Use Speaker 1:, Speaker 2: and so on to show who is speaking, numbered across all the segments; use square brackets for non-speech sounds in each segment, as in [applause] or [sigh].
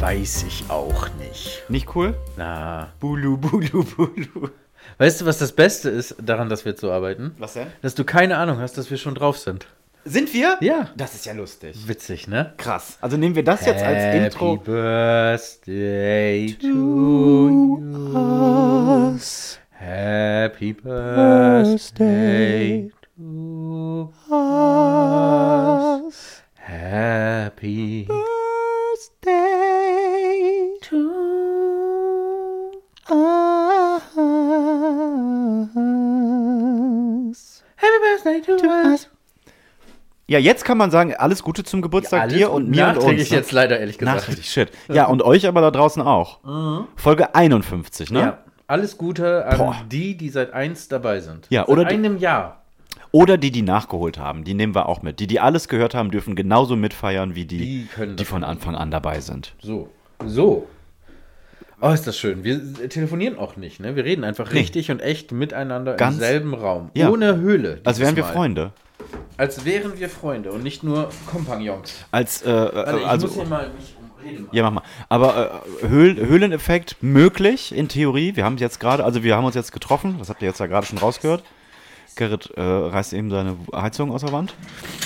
Speaker 1: Weiß ich auch nicht.
Speaker 2: Nicht cool?
Speaker 1: Na,
Speaker 2: Bulu, bulu, bulu.
Speaker 1: weißt du, was das Beste ist daran, dass wir jetzt so arbeiten?
Speaker 2: Was denn?
Speaker 1: Dass du keine Ahnung hast, dass wir schon drauf sind.
Speaker 2: Sind wir?
Speaker 1: Ja.
Speaker 2: Das ist ja lustig.
Speaker 1: Witzig, ne?
Speaker 2: Krass. Also nehmen wir das jetzt als
Speaker 1: Happy
Speaker 2: Intro.
Speaker 1: Birthday to you. Happy Birthday to us. Happy Birthday to us. Happy Birthday to, us.
Speaker 2: Ja, jetzt kann man sagen, alles Gute zum Geburtstag
Speaker 1: Alles
Speaker 2: dir und mir und
Speaker 1: nachträglich
Speaker 2: uns. ne?
Speaker 1: jetzt leider, ehrlich gesagt.
Speaker 2: Nachträglich, shit. Ja, und euch aber da draußen auch. Folge 51, ne?
Speaker 1: Ja, alles Gute an
Speaker 2: Boah.
Speaker 1: die, die seit eins dabei sind.
Speaker 2: Ja,
Speaker 1: seit
Speaker 2: oder die-
Speaker 1: einem Jahr.
Speaker 2: Oder die, die nachgeholt haben, die nehmen wir auch mit. Die, die alles gehört haben, dürfen genauso mitfeiern wie
Speaker 1: Die
Speaker 2: die,
Speaker 1: können
Speaker 2: die
Speaker 1: das
Speaker 2: von Anfang an dabei sind.
Speaker 1: So. So. Oh, ist das schön. Wir telefonieren auch nicht, ne? Wir reden einfach richtig und echt miteinander
Speaker 2: Ganz-
Speaker 1: im selben Raum.
Speaker 2: Ja.
Speaker 1: Ohne Höhle.
Speaker 2: Als Also wären wir
Speaker 1: dieses Mal.
Speaker 2: Freunde.
Speaker 1: Als wären wir Freunde und nicht nur Kompagnons.
Speaker 2: Als, äh, äh,
Speaker 1: Warte, ich muss
Speaker 2: also,
Speaker 1: hier mal mich umreden.
Speaker 2: ja, mach mal. Aber äh, Höhl Höhleneffekt möglich in Theorie. Wir haben jetzt gerade, also wir haben uns jetzt getroffen. Das habt ihr jetzt ja gerade schon rausgehört. Gerrit äh, reißt eben seine Heizung aus der Wand.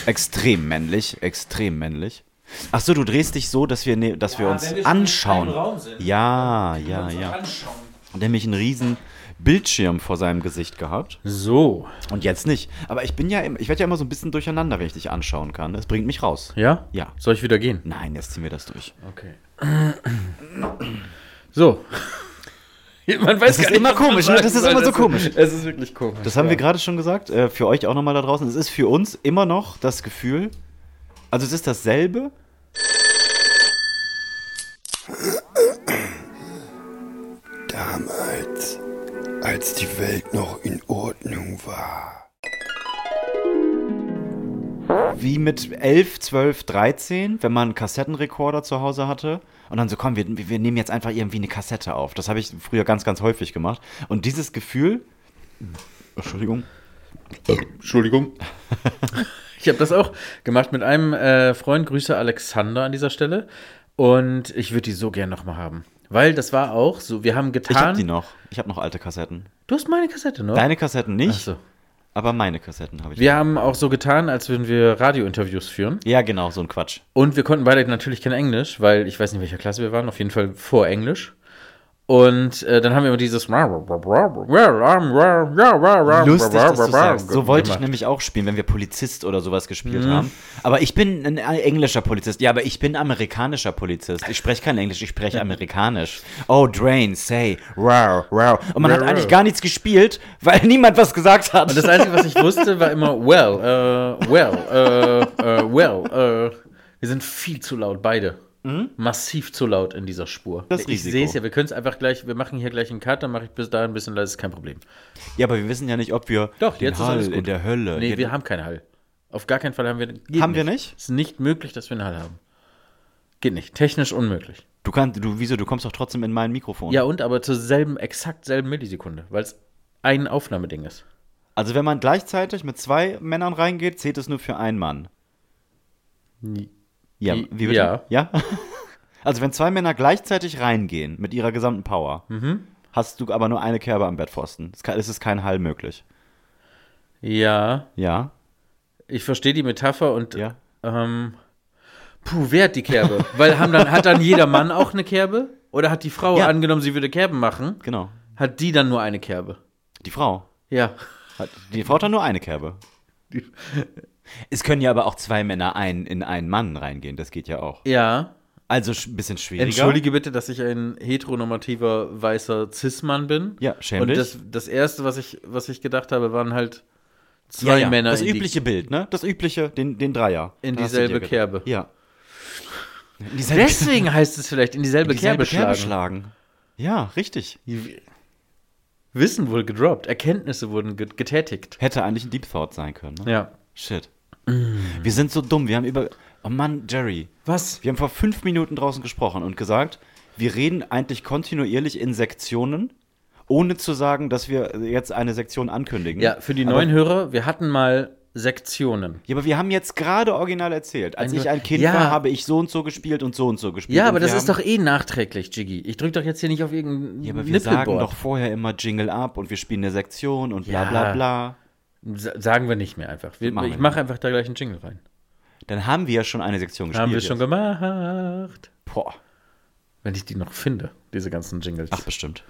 Speaker 2: Extrem männlich, extrem männlich. Ach so, du drehst dich so, dass wir, ne, dass wir
Speaker 1: Ja,
Speaker 2: uns
Speaker 1: wenn wir schon
Speaker 2: anschauen.
Speaker 1: in einem Raum sind,
Speaker 2: ja, ja,
Speaker 1: Uns
Speaker 2: ja.
Speaker 1: anschauen.
Speaker 2: Nämlich einen riesen Bildschirm vor seinem Gesicht gehabt.
Speaker 1: So.
Speaker 2: Und jetzt nicht. Aber ich bin ja, im- ich werde ja immer so ein bisschen durcheinander, wenn ich dich anschauen kann. Es bringt mich raus.
Speaker 1: Ja?
Speaker 2: Ja.
Speaker 1: Soll ich wieder gehen?
Speaker 2: Nein, jetzt ziehen wir das durch.
Speaker 1: Okay. So. [laughs] Man weiß
Speaker 2: Das ist immer
Speaker 1: was man
Speaker 2: komisch, ne?
Speaker 1: sagen
Speaker 2: Das ist
Speaker 1: soll.
Speaker 2: immer so komisch.
Speaker 1: Es ist wirklich komisch.
Speaker 2: Das haben
Speaker 1: ja.
Speaker 2: wir gerade schon gesagt. Äh, für euch auch nochmal da draußen. Es ist für uns immer noch das Gefühl, also es ist dasselbe.
Speaker 3: Damals, als die Welt noch in Ordnung war.
Speaker 2: wie mit 11, 12, 13, wenn man einen Kassettenrekorder zu Hause hatte. Und dann so, komm, wir, wir nehmen jetzt einfach irgendwie eine Kassette auf. Das habe ich früher ganz, ganz häufig gemacht. Und dieses Gefühl. Entschuldigung. Entschuldigung.
Speaker 1: Ich habe das auch gemacht mit einem äh, Freund. Grüße Alexander an dieser Stelle. Und ich würde die so gern nochmal haben. Weil das war auch so, wir haben getan.
Speaker 2: Ich habe die noch. Ich habe noch alte Kassetten.
Speaker 1: Du hast meine Kassette noch?
Speaker 2: Deine Kassetten nicht,
Speaker 1: Ach so.
Speaker 2: aber meine Kassetten habe ich.
Speaker 1: Wir haben auch so getan, als würden wir Radiointerviews führen.
Speaker 2: ja, genau, so ein Quatsch.
Speaker 1: Und wir konnten beide natürlich kein Englisch, weil ich weiß nicht, in welcher Klasse wir waren, auf jeden Fall vor Englisch. Und äh, dann haben wir immer dieses
Speaker 2: Lustig, dass du sagst. Mhm.
Speaker 1: So
Speaker 2: So wollte ich nämlich auch spielen, wenn wir Polizist oder sowas gespielt haben. Aber ich bin ein englischer Polizist. Ja, aber ich bin amerikanischer Polizist. Ich spreche kein Englisch, ich spreche amerikanisch. Oh, Drain, say, wow, wow. Und man hat
Speaker 1: Wow.
Speaker 2: eigentlich gar nichts gespielt, weil [laughs] niemand was gesagt hat.
Speaker 1: Und das Einzige, was ich wusste, war immer, well, äh, well, äh, äh, well, äh. Wir sind viel zu laut, beide. Massiv zu laut in dieser Spur.
Speaker 2: Mhm. Das
Speaker 1: ich
Speaker 2: Risiko.
Speaker 1: sehe es ja, wir können es einfach gleich, wir machen hier gleich einen Cut, dann mache ich bis dahin ein bisschen leise, ist kein Problem.
Speaker 2: ja, aber wir wissen ja nicht, ob wir
Speaker 1: Doch,
Speaker 2: den
Speaker 1: jetzt ist
Speaker 2: Hall
Speaker 1: alles gut.
Speaker 2: in der Hölle.
Speaker 1: Nee,
Speaker 2: Jetzt-
Speaker 1: wir haben keinen Hall. Auf gar keinen Fall haben wir geht
Speaker 2: Haben wir nicht?
Speaker 1: Ist nicht möglich, dass wir einen Hall haben. Geht nicht. Technisch unmöglich.
Speaker 2: du kannst, du, wieso, du kommst doch trotzdem in mein Mikrofon.
Speaker 1: Ja, und aber zur selben, exakt selben Millisekunde, weil es ein Aufnahmeding ist.
Speaker 2: Also wenn man gleichzeitig mit zwei Männern reingeht, zählt es nur für einen Mann. Ja,
Speaker 1: I-
Speaker 2: wie bitte?
Speaker 1: ja.
Speaker 2: ja? [laughs] Also wenn zwei Männer gleichzeitig reingehen mit ihrer gesamten Power, hast du aber nur eine Kerbe am Bettpfosten. Es kann- Es ist kein Hall möglich.
Speaker 1: Ja,
Speaker 2: Ja,
Speaker 1: ich verstehe die Metapher und
Speaker 2: ja.
Speaker 1: ähm, puh, wer hat die Kerbe? weil haben dann, hat dann jeder Mann auch eine Kerbe? Oder hat die Frau
Speaker 2: Ja.
Speaker 1: angenommen, sie würde Kerben machen?
Speaker 2: Genau.
Speaker 1: Hat die dann nur eine Kerbe?
Speaker 2: Die Frau.
Speaker 1: Ja.
Speaker 2: Hat, die Frau hat dann nur eine Kerbe. [laughs] Es können ja aber auch zwei Männer ein, in einen Mann reingehen, das geht ja auch.
Speaker 1: Ja.
Speaker 2: Also sch- ein bisschen schwieriger.
Speaker 1: Entschuldige bitte, dass ich ein heteronormativer weißer Cis-Mann bin.
Speaker 2: Ja, schäm
Speaker 1: Und
Speaker 2: dich.
Speaker 1: das, das erste, was ich, was ich gedacht habe, waren halt zwei
Speaker 2: ja, ja.
Speaker 1: Männer
Speaker 2: Das
Speaker 1: in
Speaker 2: übliche Bild, ne? Das übliche, den, den Dreier.
Speaker 1: In
Speaker 2: Da hast du dir
Speaker 1: dieselbe
Speaker 2: gedacht.
Speaker 1: Kerbe.
Speaker 2: Ja. In
Speaker 1: die,
Speaker 2: dieselbe,
Speaker 1: Deswegen heißt es vielleicht in dieselbe,
Speaker 2: dieselbe
Speaker 1: Kerbe,
Speaker 2: Kerbe
Speaker 1: schlagen.
Speaker 2: schlagen. Ja, richtig.
Speaker 1: Wissen wurde gedroppt, Erkenntnisse wurden get getätigt.
Speaker 2: Hätte eigentlich ein Deep Thought sein können. Ne?
Speaker 1: Ja.
Speaker 2: Shit.
Speaker 1: Mm.
Speaker 2: Wir sind so dumm. Wir haben über. Oh Mann, Jerry.
Speaker 1: Was?
Speaker 2: Wir haben vor fünf Minuten draußen gesprochen und gesagt, wir reden eigentlich kontinuierlich in Sektionen, ohne zu sagen, dass wir jetzt eine Sektion ankündigen.
Speaker 1: Ja, für die
Speaker 2: aber,
Speaker 1: neuen Hörer, wir hatten mal Sektionen.
Speaker 2: Ja, aber wir haben jetzt gerade original erzählt. Als
Speaker 1: Ein-
Speaker 2: ich ein Kind
Speaker 1: Ja.
Speaker 2: war, habe ich so und so gespielt und so und so gespielt.
Speaker 1: Ja,
Speaker 2: und
Speaker 1: aber das
Speaker 2: wir
Speaker 1: ist
Speaker 2: haben,
Speaker 1: doch eh nachträglich, Jiggy. Ich drück doch jetzt hier nicht auf irgendein
Speaker 2: Ja, aber wir sagen
Speaker 1: Nippelboard.
Speaker 2: doch vorher immer Jingle ab und wir spielen eine Sektion und bla
Speaker 1: Ja.
Speaker 2: bla bla.
Speaker 1: Sa- Sagen wir nicht mehr einfach. Wir,
Speaker 2: Machen wir
Speaker 1: ich mache einfach da gleich einen Jingle rein.
Speaker 2: Dann haben wir ja schon eine Sektion gespielt.
Speaker 1: Haben wir schon
Speaker 2: jetzt.
Speaker 1: gemacht.
Speaker 2: Boah.
Speaker 1: Wenn ich die noch finde, diese ganzen Jingles.
Speaker 2: Ach, bestimmt.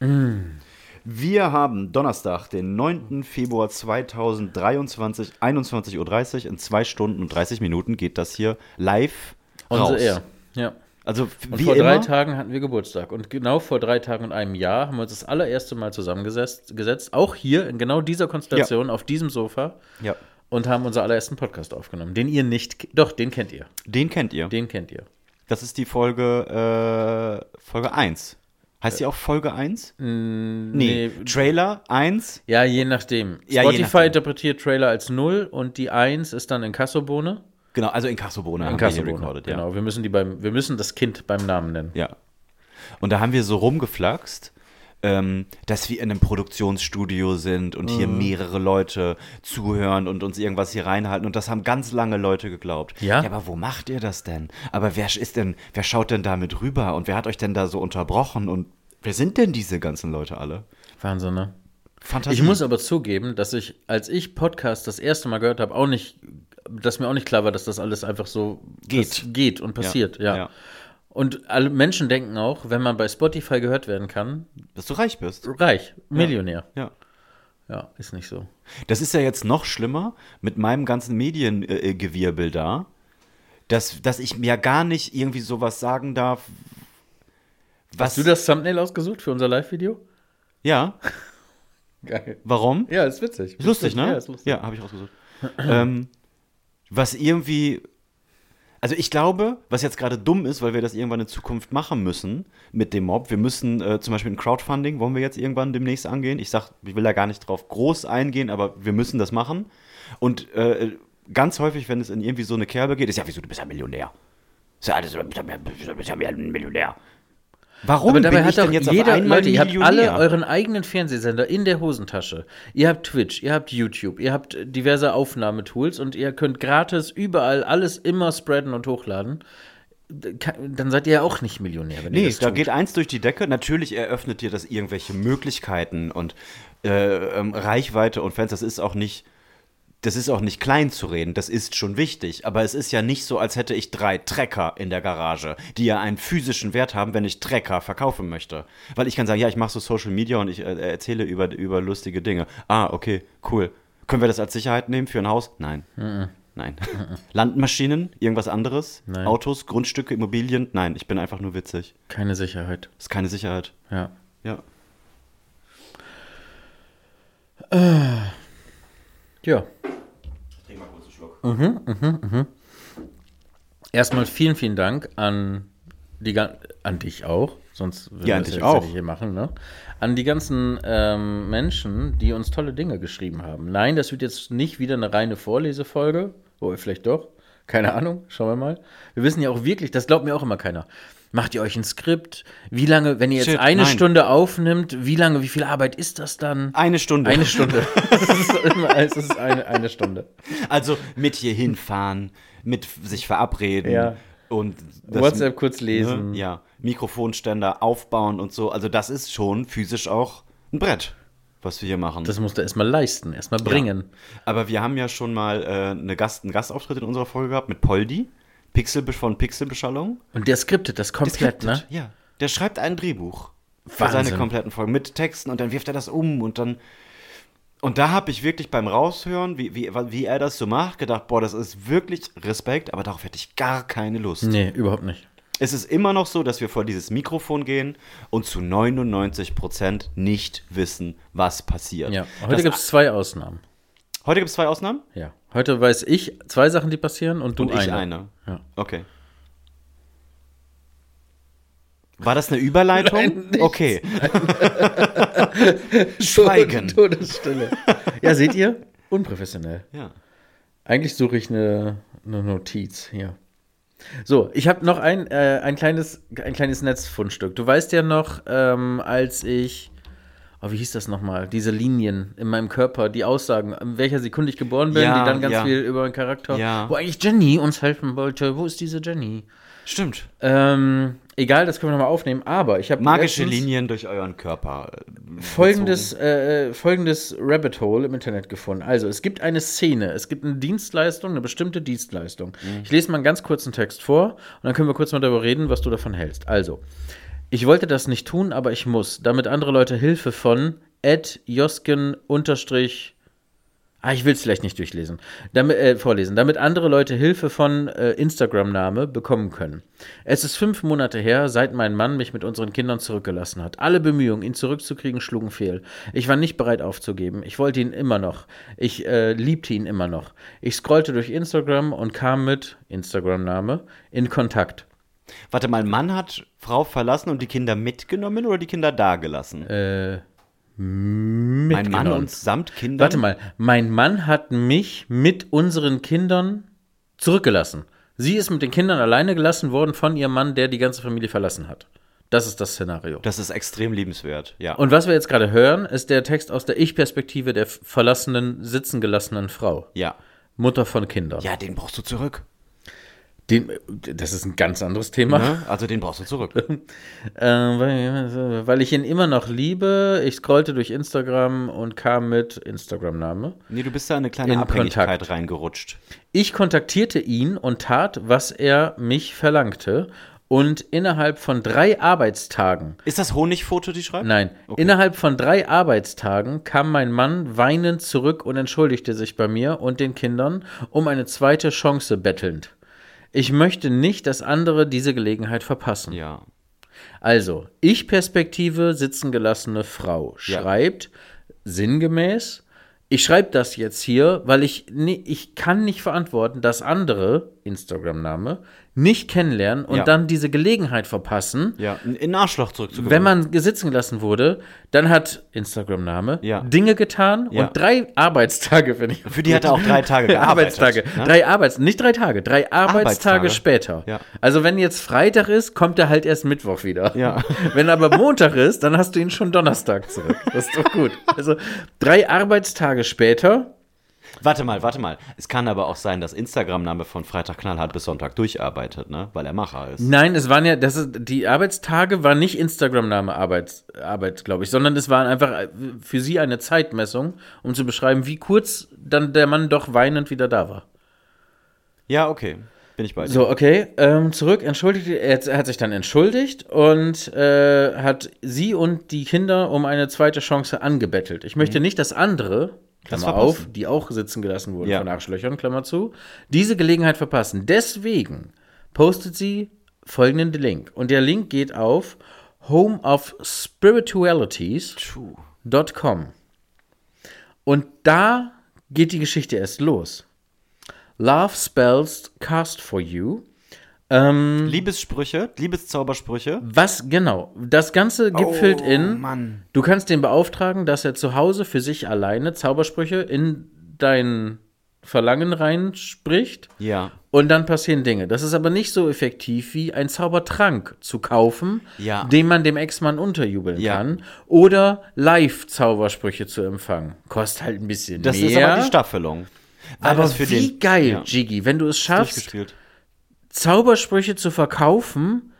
Speaker 2: Mm. Wir haben Donnerstag, den 9. Februar 2023, 21.30 Uhr. In zwei Stunden und 30 Minuten geht das hier live
Speaker 1: On
Speaker 2: raus.
Speaker 1: the air. Ja.
Speaker 2: Also
Speaker 1: Und
Speaker 2: wie
Speaker 1: vor
Speaker 2: immer,
Speaker 1: drei Tagen hatten wir Geburtstag. Und genau vor drei Tagen und einem Jahr haben wir uns das allererste Mal zusammengesetzt, gesetzt, auch hier in genau dieser Konstellation, auf diesem Sofa.
Speaker 2: Ja.
Speaker 1: Und haben unseren allerersten Podcast aufgenommen. Den ihr nicht. ke- Doch, den kennt ihr.
Speaker 2: den kennt ihr.
Speaker 1: Den kennt ihr.
Speaker 2: Das ist die Folge, äh, Folge 1. Heißt die auch Folge 1? Äh, mm, Nee,
Speaker 1: nee.
Speaker 2: Trailer 1.
Speaker 1: Ja, je nachdem.
Speaker 2: Ja, je
Speaker 1: Spotify
Speaker 2: nachdem.
Speaker 1: interpretiert Trailer als 0 und die 1 ist dann Inkassobone.
Speaker 2: Genau, also in Kassobona haben wir hier
Speaker 1: Inkassobone.
Speaker 2: recorded. Ja.
Speaker 1: Genau, wir müssen, die beim, wir müssen das Kind beim Namen nennen.
Speaker 2: Ja. Und da haben wir so rumgeflaxt, ähm, dass wir in einem Produktionsstudio sind und hier mehrere Leute zuhören und uns irgendwas hier reinhalten. Und das haben ganz lange Leute geglaubt.
Speaker 1: Ja.
Speaker 2: ja aber wo macht ihr das denn? Aber wer ist denn, wer schaut denn damit rüber und wer hat euch denn da so unterbrochen? Und wer sind denn diese ganzen Leute alle?
Speaker 1: Wahnsinn, ne?
Speaker 2: Fantastisch.
Speaker 1: Ich muss aber zugeben, dass ich, als ich Podcast das erste Mal gehört habe, auch nicht, dass mir auch nicht klar war, dass das alles einfach so
Speaker 2: Geht.
Speaker 1: pass- geht und passiert, ja.
Speaker 2: ja.
Speaker 1: Und alle Menschen denken auch, wenn man bei Spotify gehört werden kann,
Speaker 2: Dass du reich bist.
Speaker 1: reich, Millionär.
Speaker 2: Ja.
Speaker 1: Ja, ist nicht so.
Speaker 2: Das ist ja jetzt noch schlimmer mit meinem ganzen Mediengewirbel äh, Gewirbel da, dass, dass ich mir gar nicht irgendwie sowas sagen darf. Was
Speaker 1: Hast du das Thumbnail ausgesucht für unser Live-Video?
Speaker 2: Ja,
Speaker 1: Geil.
Speaker 2: warum?
Speaker 1: Ja, ist witzig.
Speaker 2: Ist lustig, ne?
Speaker 1: Ja, ist lustig.
Speaker 2: Ja, habe ich rausgesucht. ähm, was irgendwie. Also ich glaube, was jetzt gerade dumm ist, weil wir das irgendwann in Zukunft machen müssen mit dem Mob, wir müssen äh, zum Beispiel ein Crowdfunding, wollen wir jetzt irgendwann demnächst angehen. Ich sag, ich will da gar nicht drauf groß eingehen, aber wir müssen das machen. Und äh, ganz häufig, wenn es in irgendwie so eine Kerbe geht, ist ja, wieso, du bist ja Millionär. Ist ja alles, du bist ja ein Millionär. Warum
Speaker 1: Aber dabei
Speaker 2: bin ich
Speaker 1: hat doch
Speaker 2: denn jetzt auf
Speaker 1: jeder,
Speaker 2: einmal
Speaker 1: Leute, ihr habt alle
Speaker 2: Millionär?
Speaker 1: euren eigenen Fernsehsender in der Hosentasche. Ihr habt Twitch, ihr habt YouTube, ihr habt diverse Aufnahmetools und ihr könnt gratis überall alles immer spreaden und hochladen. Dann seid ihr ja auch nicht Millionär, wenn ihr
Speaker 2: Nee,
Speaker 1: das
Speaker 2: da
Speaker 1: tut.
Speaker 2: geht eins durch die Decke. Natürlich eröffnet dir das irgendwelche Möglichkeiten und äh, ähm, Reichweite und Fans. Das ist auch nicht, das ist auch nicht klein zu reden. Das ist schon wichtig. Aber es ist ja nicht so, als hätte ich drei Trecker in der Garage, die ja einen physischen Wert haben, wenn ich Trecker verkaufen möchte. Weil ich kann sagen, ja, ich mache so Social Media und ich äh, erzähle über, über lustige Dinge. Ah, okay, cool. Können wir das als Sicherheit nehmen für ein Haus? Nein. Nein. [laughs] Landmaschinen, irgendwas anderes?
Speaker 1: Nein.
Speaker 2: Autos, Grundstücke, Immobilien? Nein, ich bin einfach nur witzig.
Speaker 1: Keine Sicherheit.
Speaker 2: Ist keine Sicherheit.
Speaker 1: Ja.
Speaker 2: Ja.
Speaker 1: Ja. Mhm, Erstmal vielen, vielen Dank an die gan- an dich auch, sonst würden
Speaker 2: Ja, an
Speaker 1: das
Speaker 2: dich
Speaker 1: jetzt
Speaker 2: auch.
Speaker 1: nicht hier machen, ne? An die ganzen ähm, Menschen, die uns tolle Dinge geschrieben haben. Nein, das wird jetzt nicht wieder eine reine Vorlesefolge, oder vielleicht doch, keine Ahnung, schauen wir mal. Wir wissen ja auch wirklich, das glaubt mir auch immer keiner. Macht ihr euch ein Skript? Wie lange, wenn ihr jetzt
Speaker 2: Shit,
Speaker 1: eine
Speaker 2: nein.
Speaker 1: Stunde aufnimmt, wie lange, wie viel Arbeit ist das dann?
Speaker 2: Eine Stunde.
Speaker 1: Eine Stunde. [laughs] es ist immer, es ist eine, eine Stunde.
Speaker 2: also mit hier hinfahren, mit sich verabreden
Speaker 1: Ja.
Speaker 2: und
Speaker 1: WhatsApp kurz lesen.
Speaker 2: Ne, ja, Mikrofonständer aufbauen und so. Also das ist schon physisch auch ein Brett, was wir hier machen.
Speaker 1: Das musst du erstmal leisten, erstmal bringen.
Speaker 2: Ja. Aber wir haben ja schon mal äh, eine Gast, einen Gastauftritt in unserer Folge gehabt mit Poldi, Pixel von Pixelbeschallung.
Speaker 1: Und der skriptet das komplett,
Speaker 2: Skriptet,
Speaker 1: ne?
Speaker 2: Ja. Der schreibt ein Drehbuch für
Speaker 1: Wahnsinn.
Speaker 2: seine kompletten Folgen mit Texten und dann wirft er das um und dann. Und da habe ich wirklich beim Raushören, wie, wie, wie er das so macht, gedacht, boah, das ist wirklich Respekt, aber darauf hätte ich gar keine Lust.
Speaker 1: Nee, überhaupt nicht.
Speaker 2: Es ist immer noch so, dass wir vor dieses Mikrofon gehen und zu 99% nicht wissen, was passiert.
Speaker 1: Ja.
Speaker 2: Das-
Speaker 1: Heute gibt es zwei Ausnahmen.
Speaker 2: heute gibt's zwei Ausnahmen?
Speaker 1: Ja. Heute weiß ich zwei Sachen, die passieren und du
Speaker 2: Und
Speaker 1: eine.
Speaker 2: ich eine.
Speaker 1: Ja.
Speaker 2: Okay. War das eine Überleitung?
Speaker 1: Nein, nichts.
Speaker 2: okay.
Speaker 4: Schweigen.
Speaker 1: [laughs] Todesstille. Ja, seht ihr? Unprofessionell.
Speaker 2: Ja.
Speaker 1: Eigentlich suche ich eine, eine Notiz hier. So, ich habe noch ein, äh, ein, kleines, ein kleines Netzfundstück. Du weißt ja noch, ähm, als ich. Oh, wie hieß das nochmal? Diese Linien in meinem Körper, die Aussagen, in welcher Sekunde ich geboren bin,
Speaker 2: Ja,
Speaker 1: die dann ganz
Speaker 2: ja.
Speaker 1: viel über meinen Charakter.
Speaker 2: Ja.
Speaker 1: Wo eigentlich Jenny uns helfen wollte. Wo ist diese Jenny?
Speaker 2: Stimmt.
Speaker 1: Ähm, egal, das können wir nochmal aufnehmen, aber ich habe.
Speaker 2: Magische
Speaker 1: letztens-
Speaker 2: Linien durch euren Körper.
Speaker 1: folgendes, äh, folgendes Rabbit Hole im Internet gefunden. Also, es gibt eine Szene, es gibt eine Dienstleistung, eine bestimmte Dienstleistung. Ich lese mal einen ganz kurzen Text vor und dann können wir kurz mal darüber reden, was du davon hältst. Also, ich wollte das nicht tun, aber ich muss, damit andere Leute Hilfe von Ed Josken unterstrich Ah, ich will es vielleicht nicht durchlesen. Damit, äh, vorlesen. Damit andere Leute Hilfe von äh, Instagram-Name bekommen können. Es ist fünf Monate her, seit mein Mann mich mit unseren Kindern zurückgelassen hat. Alle Bemühungen, ihn zurückzukriegen, schlugen fehl. Ich war nicht bereit aufzugeben. Ich wollte ihn immer noch. Ich äh, liebte ihn immer noch. Ich scrollte durch Instagram und kam mit Instagram-Name in Kontakt.
Speaker 2: Warte mal, Mann hat Frau verlassen und die Kinder mitgenommen oder die Kinder dagelassen? mein Mann
Speaker 1: Äh, mitgenommen.
Speaker 2: und samt Kindern.
Speaker 1: Warte mal, mein Mann hat mich mit unseren Kindern zurückgelassen. Sie ist mit den Kindern alleine gelassen worden von ihrem Mann, der die ganze Familie verlassen hat. Das ist das Szenario.
Speaker 2: Das ist extrem liebenswert, ja.
Speaker 1: Und was wir jetzt gerade hören, ist der Text aus der Ich-Perspektive der f- verlassenen, sitzen gelassenen Frau.
Speaker 2: ja.
Speaker 1: Mutter von Kindern.
Speaker 2: Ja, den brauchst du zurück.
Speaker 1: [laughs] Den, das ist ein ganz anderes Thema.
Speaker 2: Ne? Also den brauchst
Speaker 1: [laughs]
Speaker 2: du zurück.
Speaker 1: Ähm, weil, weil ich ihn immer noch liebe. Ich scrollte durch Instagram und kam mit Instagram-Name.
Speaker 2: Nee, du bist da in eine kleine
Speaker 1: In
Speaker 2: Abhängigkeit
Speaker 1: Kontakt.
Speaker 2: reingerutscht.
Speaker 1: Ich kontaktierte ihn und tat, was er mich verlangte. Und innerhalb von drei Arbeitstagen,
Speaker 2: Ist das Honigfoto, die schreibt?
Speaker 1: nein, innerhalb von drei Arbeitstagen kam mein Mann weinend zurück und entschuldigte sich bei mir und den Kindern um eine zweite Chance bettelnd. Ich möchte nicht, dass andere diese Gelegenheit verpassen.
Speaker 2: Ja.
Speaker 1: Also, Ich-Perspektive sitzen gelassene Frau
Speaker 2: Ja.
Speaker 1: schreibt sinngemäß, ich schreibe das jetzt hier, weil ich, ni- ich kann nicht verantworten, dass andere, Instagram-Name, nicht kennenlernen und
Speaker 2: Ja.
Speaker 1: dann diese Gelegenheit verpassen.
Speaker 2: Ja. In in Arschloch zurückzukommen.
Speaker 1: Wenn man ge- sitzen gelassen wurde, dann hat Instagram-Name
Speaker 2: Ja.
Speaker 1: Dinge getan
Speaker 2: Ja.
Speaker 1: und drei Arbeitstage, finde ich.
Speaker 2: Für die hat er auch
Speaker 1: [laughs]
Speaker 2: drei Tage [laughs] gearbeitet.
Speaker 1: Arbeitstage.
Speaker 2: ne?
Speaker 1: Drei Arbeits, nicht drei Tage, drei Arbeitstage,
Speaker 2: Arbeitstage.
Speaker 1: später.
Speaker 2: Ja.
Speaker 1: Also wenn jetzt Freitag ist, kommt er halt erst Mittwoch wieder.
Speaker 2: Ja.
Speaker 1: [laughs] Wenn aber Montag ist, dann hast du ihn schon Donnerstag zurück. Das ist doch gut. Also drei Arbeitstage später.
Speaker 2: Warte mal, warte mal. Es kann aber auch sein, dass Instagram-Name von Freitag knallhart bis Sonntag durcharbeitet, ne? Weil er Macher ist.
Speaker 1: Nein, es waren ja, das ist, die Arbeitstage waren nicht Instagram-Name Arbeits, Arbeit, glaube ich, sondern es waren einfach äh, für sie eine Zeitmessung, um zu beschreiben, wie kurz dann der Mann doch weinend wieder da war.
Speaker 2: Ja, okay. Bin ich bei dir.
Speaker 1: So, okay, ähm, zurück, entschuldigt, er hat- er hat sich dann entschuldigt und äh, hat sie und die Kinder um eine zweite Chance angebettelt. Ich möchte nicht, dass andere, Klammer auf,
Speaker 2: verpassen.
Speaker 1: die auch sitzen gelassen wurden
Speaker 2: Ja.
Speaker 1: von Arschlöchern, Klammer zu, diese Gelegenheit verpassen. Deswegen postet sie folgenden Link. Und der Link geht auf homeofspiritualities.com. Und da geht die Geschichte erst los. Love spells cast for you. Ähm,
Speaker 2: Liebessprüche, Liebeszaubersprüche.
Speaker 1: was genau? Das Ganze gipfelt in, du kannst den beauftragen, dass er zu Hause für sich alleine Zaubersprüche in dein Verlangen reinspricht
Speaker 2: Ja.
Speaker 1: und dann passieren Dinge. Das ist aber nicht so effektiv wie ein Zaubertrank zu kaufen,
Speaker 2: Ja.
Speaker 1: den man dem Ex-Mann unterjubeln
Speaker 2: Ja.
Speaker 1: kann oder Live-Zaubersprüche zu empfangen. Kostet halt ein bisschen
Speaker 2: Das
Speaker 1: mehr.
Speaker 2: ist aber die Staffelung. Weil
Speaker 1: aber
Speaker 2: das für
Speaker 1: wie
Speaker 2: den
Speaker 1: geil,
Speaker 2: Ja.
Speaker 1: Jiggy, wenn du es schaffst,
Speaker 2: durchgespielt.
Speaker 1: Zaubersprüche zu verkaufen,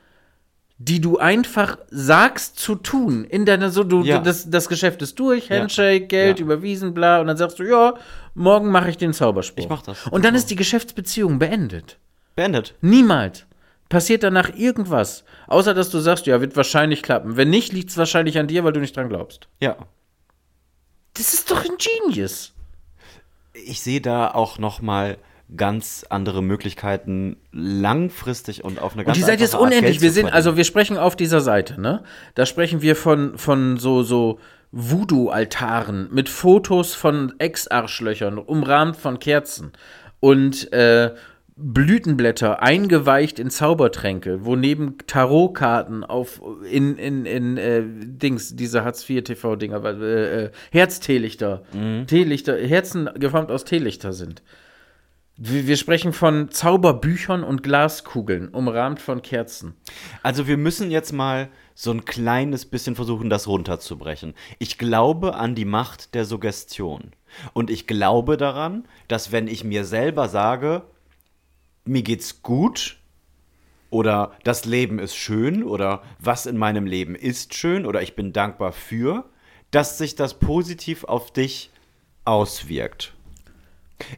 Speaker 1: die du einfach sagst zu tun. In deiner so du
Speaker 2: Ja.
Speaker 1: das, das Geschäft ist durch, Handshake, Geld
Speaker 2: Ja.
Speaker 1: überwiesen, bla und dann sagst du, ja, morgen mache ich den Zauberspruch.
Speaker 2: Ich mach das.
Speaker 1: Und dann ist die Geschäftsbeziehung beendet.
Speaker 2: Beendet.
Speaker 1: Niemals. Passiert danach irgendwas, außer dass du sagst, ja, wird wahrscheinlich klappen. Wenn nicht, liegt es wahrscheinlich an dir, weil du nicht dran glaubst.
Speaker 2: Ja.
Speaker 1: Das ist doch ein Genius.
Speaker 2: Ich sehe da auch noch mal ganz andere Möglichkeiten langfristig und auf eine ganz
Speaker 1: Und die Seite ist
Speaker 2: einfache Art
Speaker 1: unendlich.
Speaker 2: Geld
Speaker 1: Wir
Speaker 2: zu
Speaker 1: sind,
Speaker 2: verdienen.
Speaker 1: also wir sprechen auf dieser Seite, ne? Da sprechen wir von, von so, so Voodoo-Altaren mit Fotos von Ex-Arschlöchern, umrahmt von Kerzen. Und äh, Blütenblätter eingeweicht in Zaubertränke, woneben Tarotkarten auf in, in, in äh, Dings, diese Hartz-IV-TV-Dinger, äh, äh, Herzteelichter,
Speaker 2: Mhm.
Speaker 1: Teelichter, Herzen geformt aus Teelichter sind. Wir, wir sprechen von Zauberbüchern und Glaskugeln, umrahmt von Kerzen.
Speaker 2: Also wir müssen jetzt mal so ein kleines bisschen versuchen, das runterzubrechen. Ich glaube an die Macht der Suggestion. Und ich glaube daran, dass wenn ich mir selber sage, mir geht's gut oder das Leben ist schön oder was in meinem Leben ist schön oder ich bin dankbar für, dass sich das positiv auf dich auswirkt.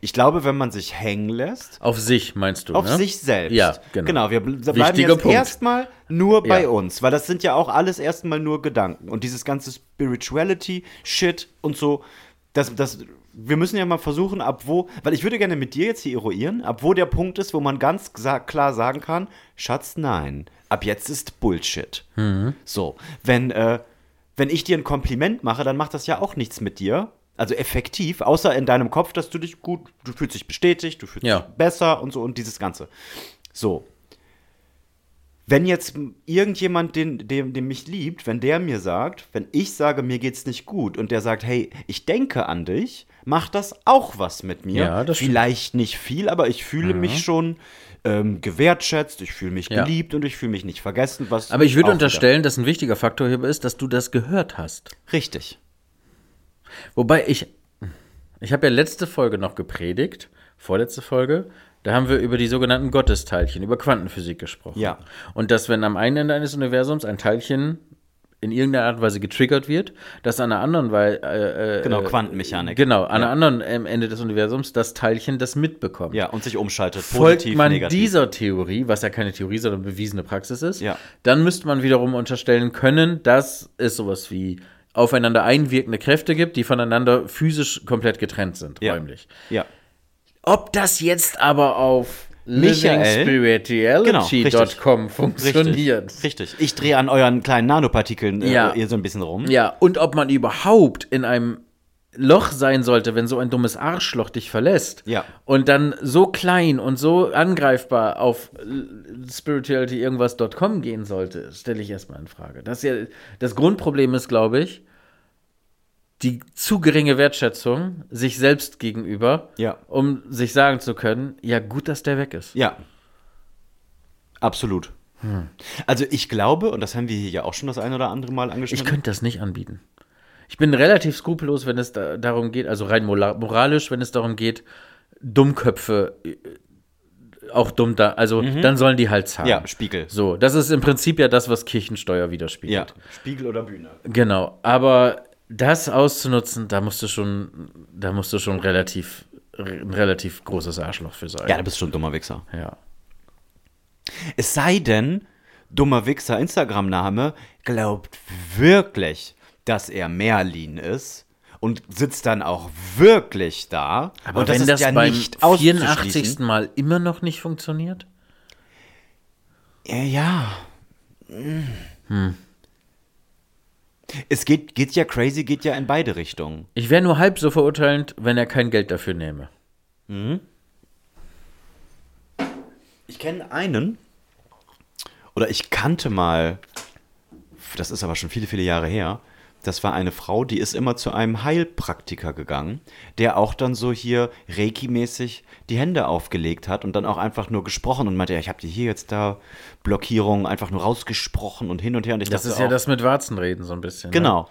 Speaker 2: Ich glaube, wenn man sich hängen lässt,
Speaker 1: Auf sich, meinst du,
Speaker 2: auf
Speaker 1: ne?
Speaker 2: sich selbst.
Speaker 1: Ja, genau.
Speaker 2: wir bl bleiben
Speaker 1: Wichtiger
Speaker 2: jetzt
Speaker 1: Punkt.
Speaker 2: erstmal nur bei
Speaker 1: Ja.
Speaker 2: uns, weil das sind ja auch alles erstmal nur Gedanken und dieses ganze Spirituality Shit und so, das das wir müssen ja mal versuchen, ab wo, weil ich würde gerne mit dir jetzt hier eruieren, ab wo der Punkt ist, wo man ganz sa- klar sagen kann, Schatz, nein, ab jetzt ist Bullshit.
Speaker 1: Mhm.
Speaker 2: So, wenn äh, wenn ich dir ein Kompliment mache, dann macht das ja auch nichts mit dir. Also effektiv, außer in deinem Kopf, dass du dich gut, du fühlst dich bestätigt, du fühlst
Speaker 1: Ja.
Speaker 2: dich besser und so und dieses Ganze. So. Wenn jetzt irgendjemand, den, dem, dem mich liebt, wenn der mir sagt, wenn ich sage, mir geht's nicht gut und der sagt, hey, ich denke an dich, macht das auch was mit mir.
Speaker 1: Ja, das stimmt.
Speaker 2: Vielleicht nicht viel, aber ich fühle mich schon ähm, gewertschätzt, ich fühle mich
Speaker 1: Ja.
Speaker 2: geliebt und ich fühle mich nicht vergessen. Was
Speaker 1: Aber ich würde
Speaker 2: auch
Speaker 1: unterstellen, dass ein wichtiger Faktor hierbei ist, dass du das gehört hast.
Speaker 2: Wieder. Richtig.
Speaker 1: Wobei ich, ich habe ja letzte Folge noch gepredigt, vorletzte Folge, da haben wir über die sogenannten Gottesteilchen, über Quantenphysik gesprochen.
Speaker 2: Ja.
Speaker 1: Und dass, wenn am einen Ende eines Universums ein Teilchen in irgendeiner Art und Weise getriggert wird, dass an der anderen Wei- äh, äh,
Speaker 2: Genau, Quantenmechanik.
Speaker 1: Genau, an der anderen ähm, Ende des Universums das Teilchen das mitbekommt.
Speaker 2: Ja, und sich umschaltet.
Speaker 1: Folgt
Speaker 2: positiv,
Speaker 1: man
Speaker 2: negativ.
Speaker 1: dieser Theorie, was ja keine Theorie, sondern bewiesene Praxis ist,
Speaker 2: Ja.
Speaker 1: dann müsste man wiederum unterstellen können, dass es sowas wie aufeinander einwirkende Kräfte gibt, die voneinander physisch komplett getrennt sind,
Speaker 2: ja.
Speaker 1: räumlich.
Speaker 2: Ja.
Speaker 1: Ob das jetzt aber auf
Speaker 2: Michael- Genau,
Speaker 1: livingspirituality.com funktioniert.
Speaker 2: Richtig. Richtig. Ich drehe an euren kleinen Nanopartikeln äh,
Speaker 1: Ja.
Speaker 2: ihr so ein bisschen rum.
Speaker 1: Ja, und ob man überhaupt in einem Loch sein sollte, wenn so ein dummes Arschloch dich verlässt.
Speaker 2: Ja.
Speaker 1: Und dann so klein und so angreifbar auf spiritualityirgwas.com gehen sollte, stelle ich erstmal in Frage. Das, ist ja, das Grundproblem ist, glaube ich, die zu geringe Wertschätzung sich selbst gegenüber,
Speaker 2: Ja.
Speaker 1: um sich sagen zu können, ja gut, dass der weg ist.
Speaker 2: Ja. Absolut.
Speaker 1: Hm.
Speaker 2: Also ich glaube, und das haben wir hier ja auch schon das ein oder andere Mal
Speaker 1: Ich
Speaker 2: angeschnitten.
Speaker 1: könnte das nicht anbieten. Ich bin relativ skrupellos, wenn es da, darum geht, also rein mola- moralisch, wenn es darum geht, Dummköpfe äh, auch dumm da, also dann sollen die halt zahlen.
Speaker 2: Mhm. ja, Spiegel.
Speaker 1: So, das ist im Prinzip ja das, was Kirchensteuer
Speaker 2: Ja.
Speaker 1: widerspiegelt.
Speaker 2: Spiegel oder Bühne.
Speaker 1: Genau, aber das auszunutzen, da musst du schon, da musst du schon relativ, re- ein relativ großes Arschloch für sein.
Speaker 2: Ja, du bist schon ein dummer Wichser.
Speaker 1: ja.
Speaker 2: Es sei denn, dummer Wichser Instagram-Name glaubt wirklich, dass er Merlin ist und sitzt dann auch wirklich da.
Speaker 1: Aber
Speaker 2: und
Speaker 1: wenn das, beim
Speaker 2: auszuschließen.
Speaker 1: 84. Mal immer noch nicht funktioniert,
Speaker 2: Ja, Äh, ja. Es geht, geht ja crazy, geht ja in beide Richtungen.
Speaker 1: ich wäre nur halb so verurteilend, wenn er kein Geld dafür nehme.
Speaker 2: Ich kenne einen, oder ich kannte mal, das ist aber schon viele, viele Jahre her, das war eine Frau, die ist immer zu einem Heilpraktiker gegangen, der auch dann so hier Reiki-mäßig die Hände aufgelegt hat und dann auch einfach nur gesprochen und meinte, ja, ich habe dir hier jetzt da Blockierungen einfach nur rausgesprochen und hin und her. Und ich
Speaker 1: Das
Speaker 2: dachte
Speaker 1: ist ja
Speaker 2: auch,
Speaker 1: das mit Warzenreden so ein bisschen. Ne?
Speaker 2: Genau.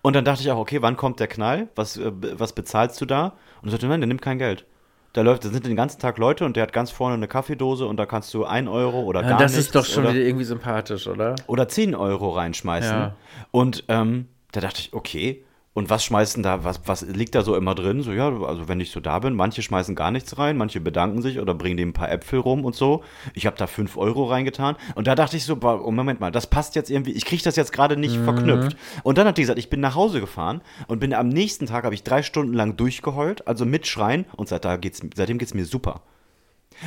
Speaker 2: Und dann dachte ich auch, okay, wann kommt der Knall? Was, äh, be- was bezahlst du da? Und ich sagte, nein, der nimmt kein Geld. Da läuft, da sind den ganzen Tag Leute und der hat ganz vorne eine Kaffeedose und da kannst du 1 Euro oder
Speaker 1: Ja,
Speaker 2: gar
Speaker 1: das
Speaker 2: nichts
Speaker 1: ist doch schon
Speaker 2: oder,
Speaker 1: wieder irgendwie sympathisch, oder?
Speaker 2: oder 10 Euro reinschmeißen.
Speaker 1: Ja.
Speaker 2: Und ähm, da dachte ich, okay, und was schmeißen da, was, was liegt da so immer drin? So, ja, also wenn ich so da bin, manche schmeißen gar nichts rein, manche bedanken sich oder bringen dem ein paar Äpfel rum und so. Ich habe da 5 Euro reingetan. Und da dachte ich so, boah, oh, Moment mal, das passt jetzt irgendwie, ich kriege das jetzt gerade
Speaker 1: Mhm.
Speaker 2: nicht verknüpft. Und dann hat die gesagt, ich bin nach Hause gefahren und bin am nächsten Tag, habe ich drei Stunden lang durchgeheult, also mit Schreien und seit da geht's, seitdem geht es mir super.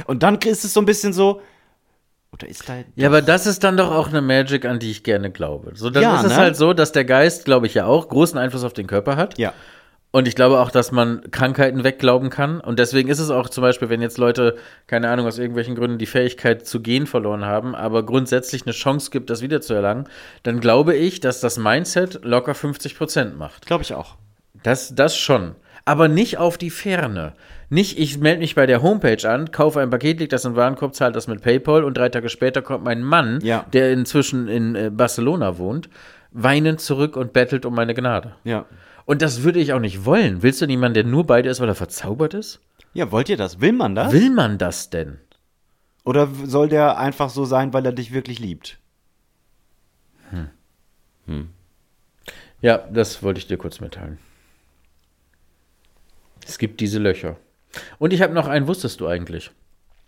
Speaker 2: Und dann ist es so ein bisschen so, oder ist da
Speaker 1: Ja, aber das ist dann doch auch eine Magic, an die ich gerne glaube. So, dann
Speaker 2: Ja,
Speaker 1: ist es
Speaker 2: ne?
Speaker 1: halt so, dass der Geist, glaube ich ja auch, großen Einfluss auf den Körper hat.
Speaker 2: Ja.
Speaker 1: Und ich glaube auch, dass man Krankheiten wegglauben kann. Und deswegen ist es auch zum Beispiel, wenn jetzt Leute, keine Ahnung, aus irgendwelchen Gründen die Fähigkeit zu gehen verloren haben, aber grundsätzlich eine Chance gibt, das wiederzuerlangen, dann glaube ich, dass das Mindset locker 50 Prozent macht.
Speaker 2: Glaube ich auch.
Speaker 1: Das, das schon. Aber nicht auf die Ferne. Nicht, ich melde mich bei der Homepage an, kaufe ein Paket, leg das in den Warenkorb, zahle das mit PayPal und drei Tage später kommt mein Mann,
Speaker 2: Ja.
Speaker 1: der inzwischen in äh, Barcelona wohnt, weinend zurück und bettelt um meine Gnade.
Speaker 2: Ja.
Speaker 1: Und das würde ich auch nicht wollen. Willst du jemanden, der nur beide ist, weil er verzaubert ist?
Speaker 2: Ja, wollt ihr das? Will man das?
Speaker 1: Will man das denn?
Speaker 2: Oder w- soll der einfach so sein, weil er dich wirklich liebt?
Speaker 1: Ja, das wollte ich dir kurz mitteilen. Es gibt diese Löcher. Und ich habe noch einen, wusstest du eigentlich?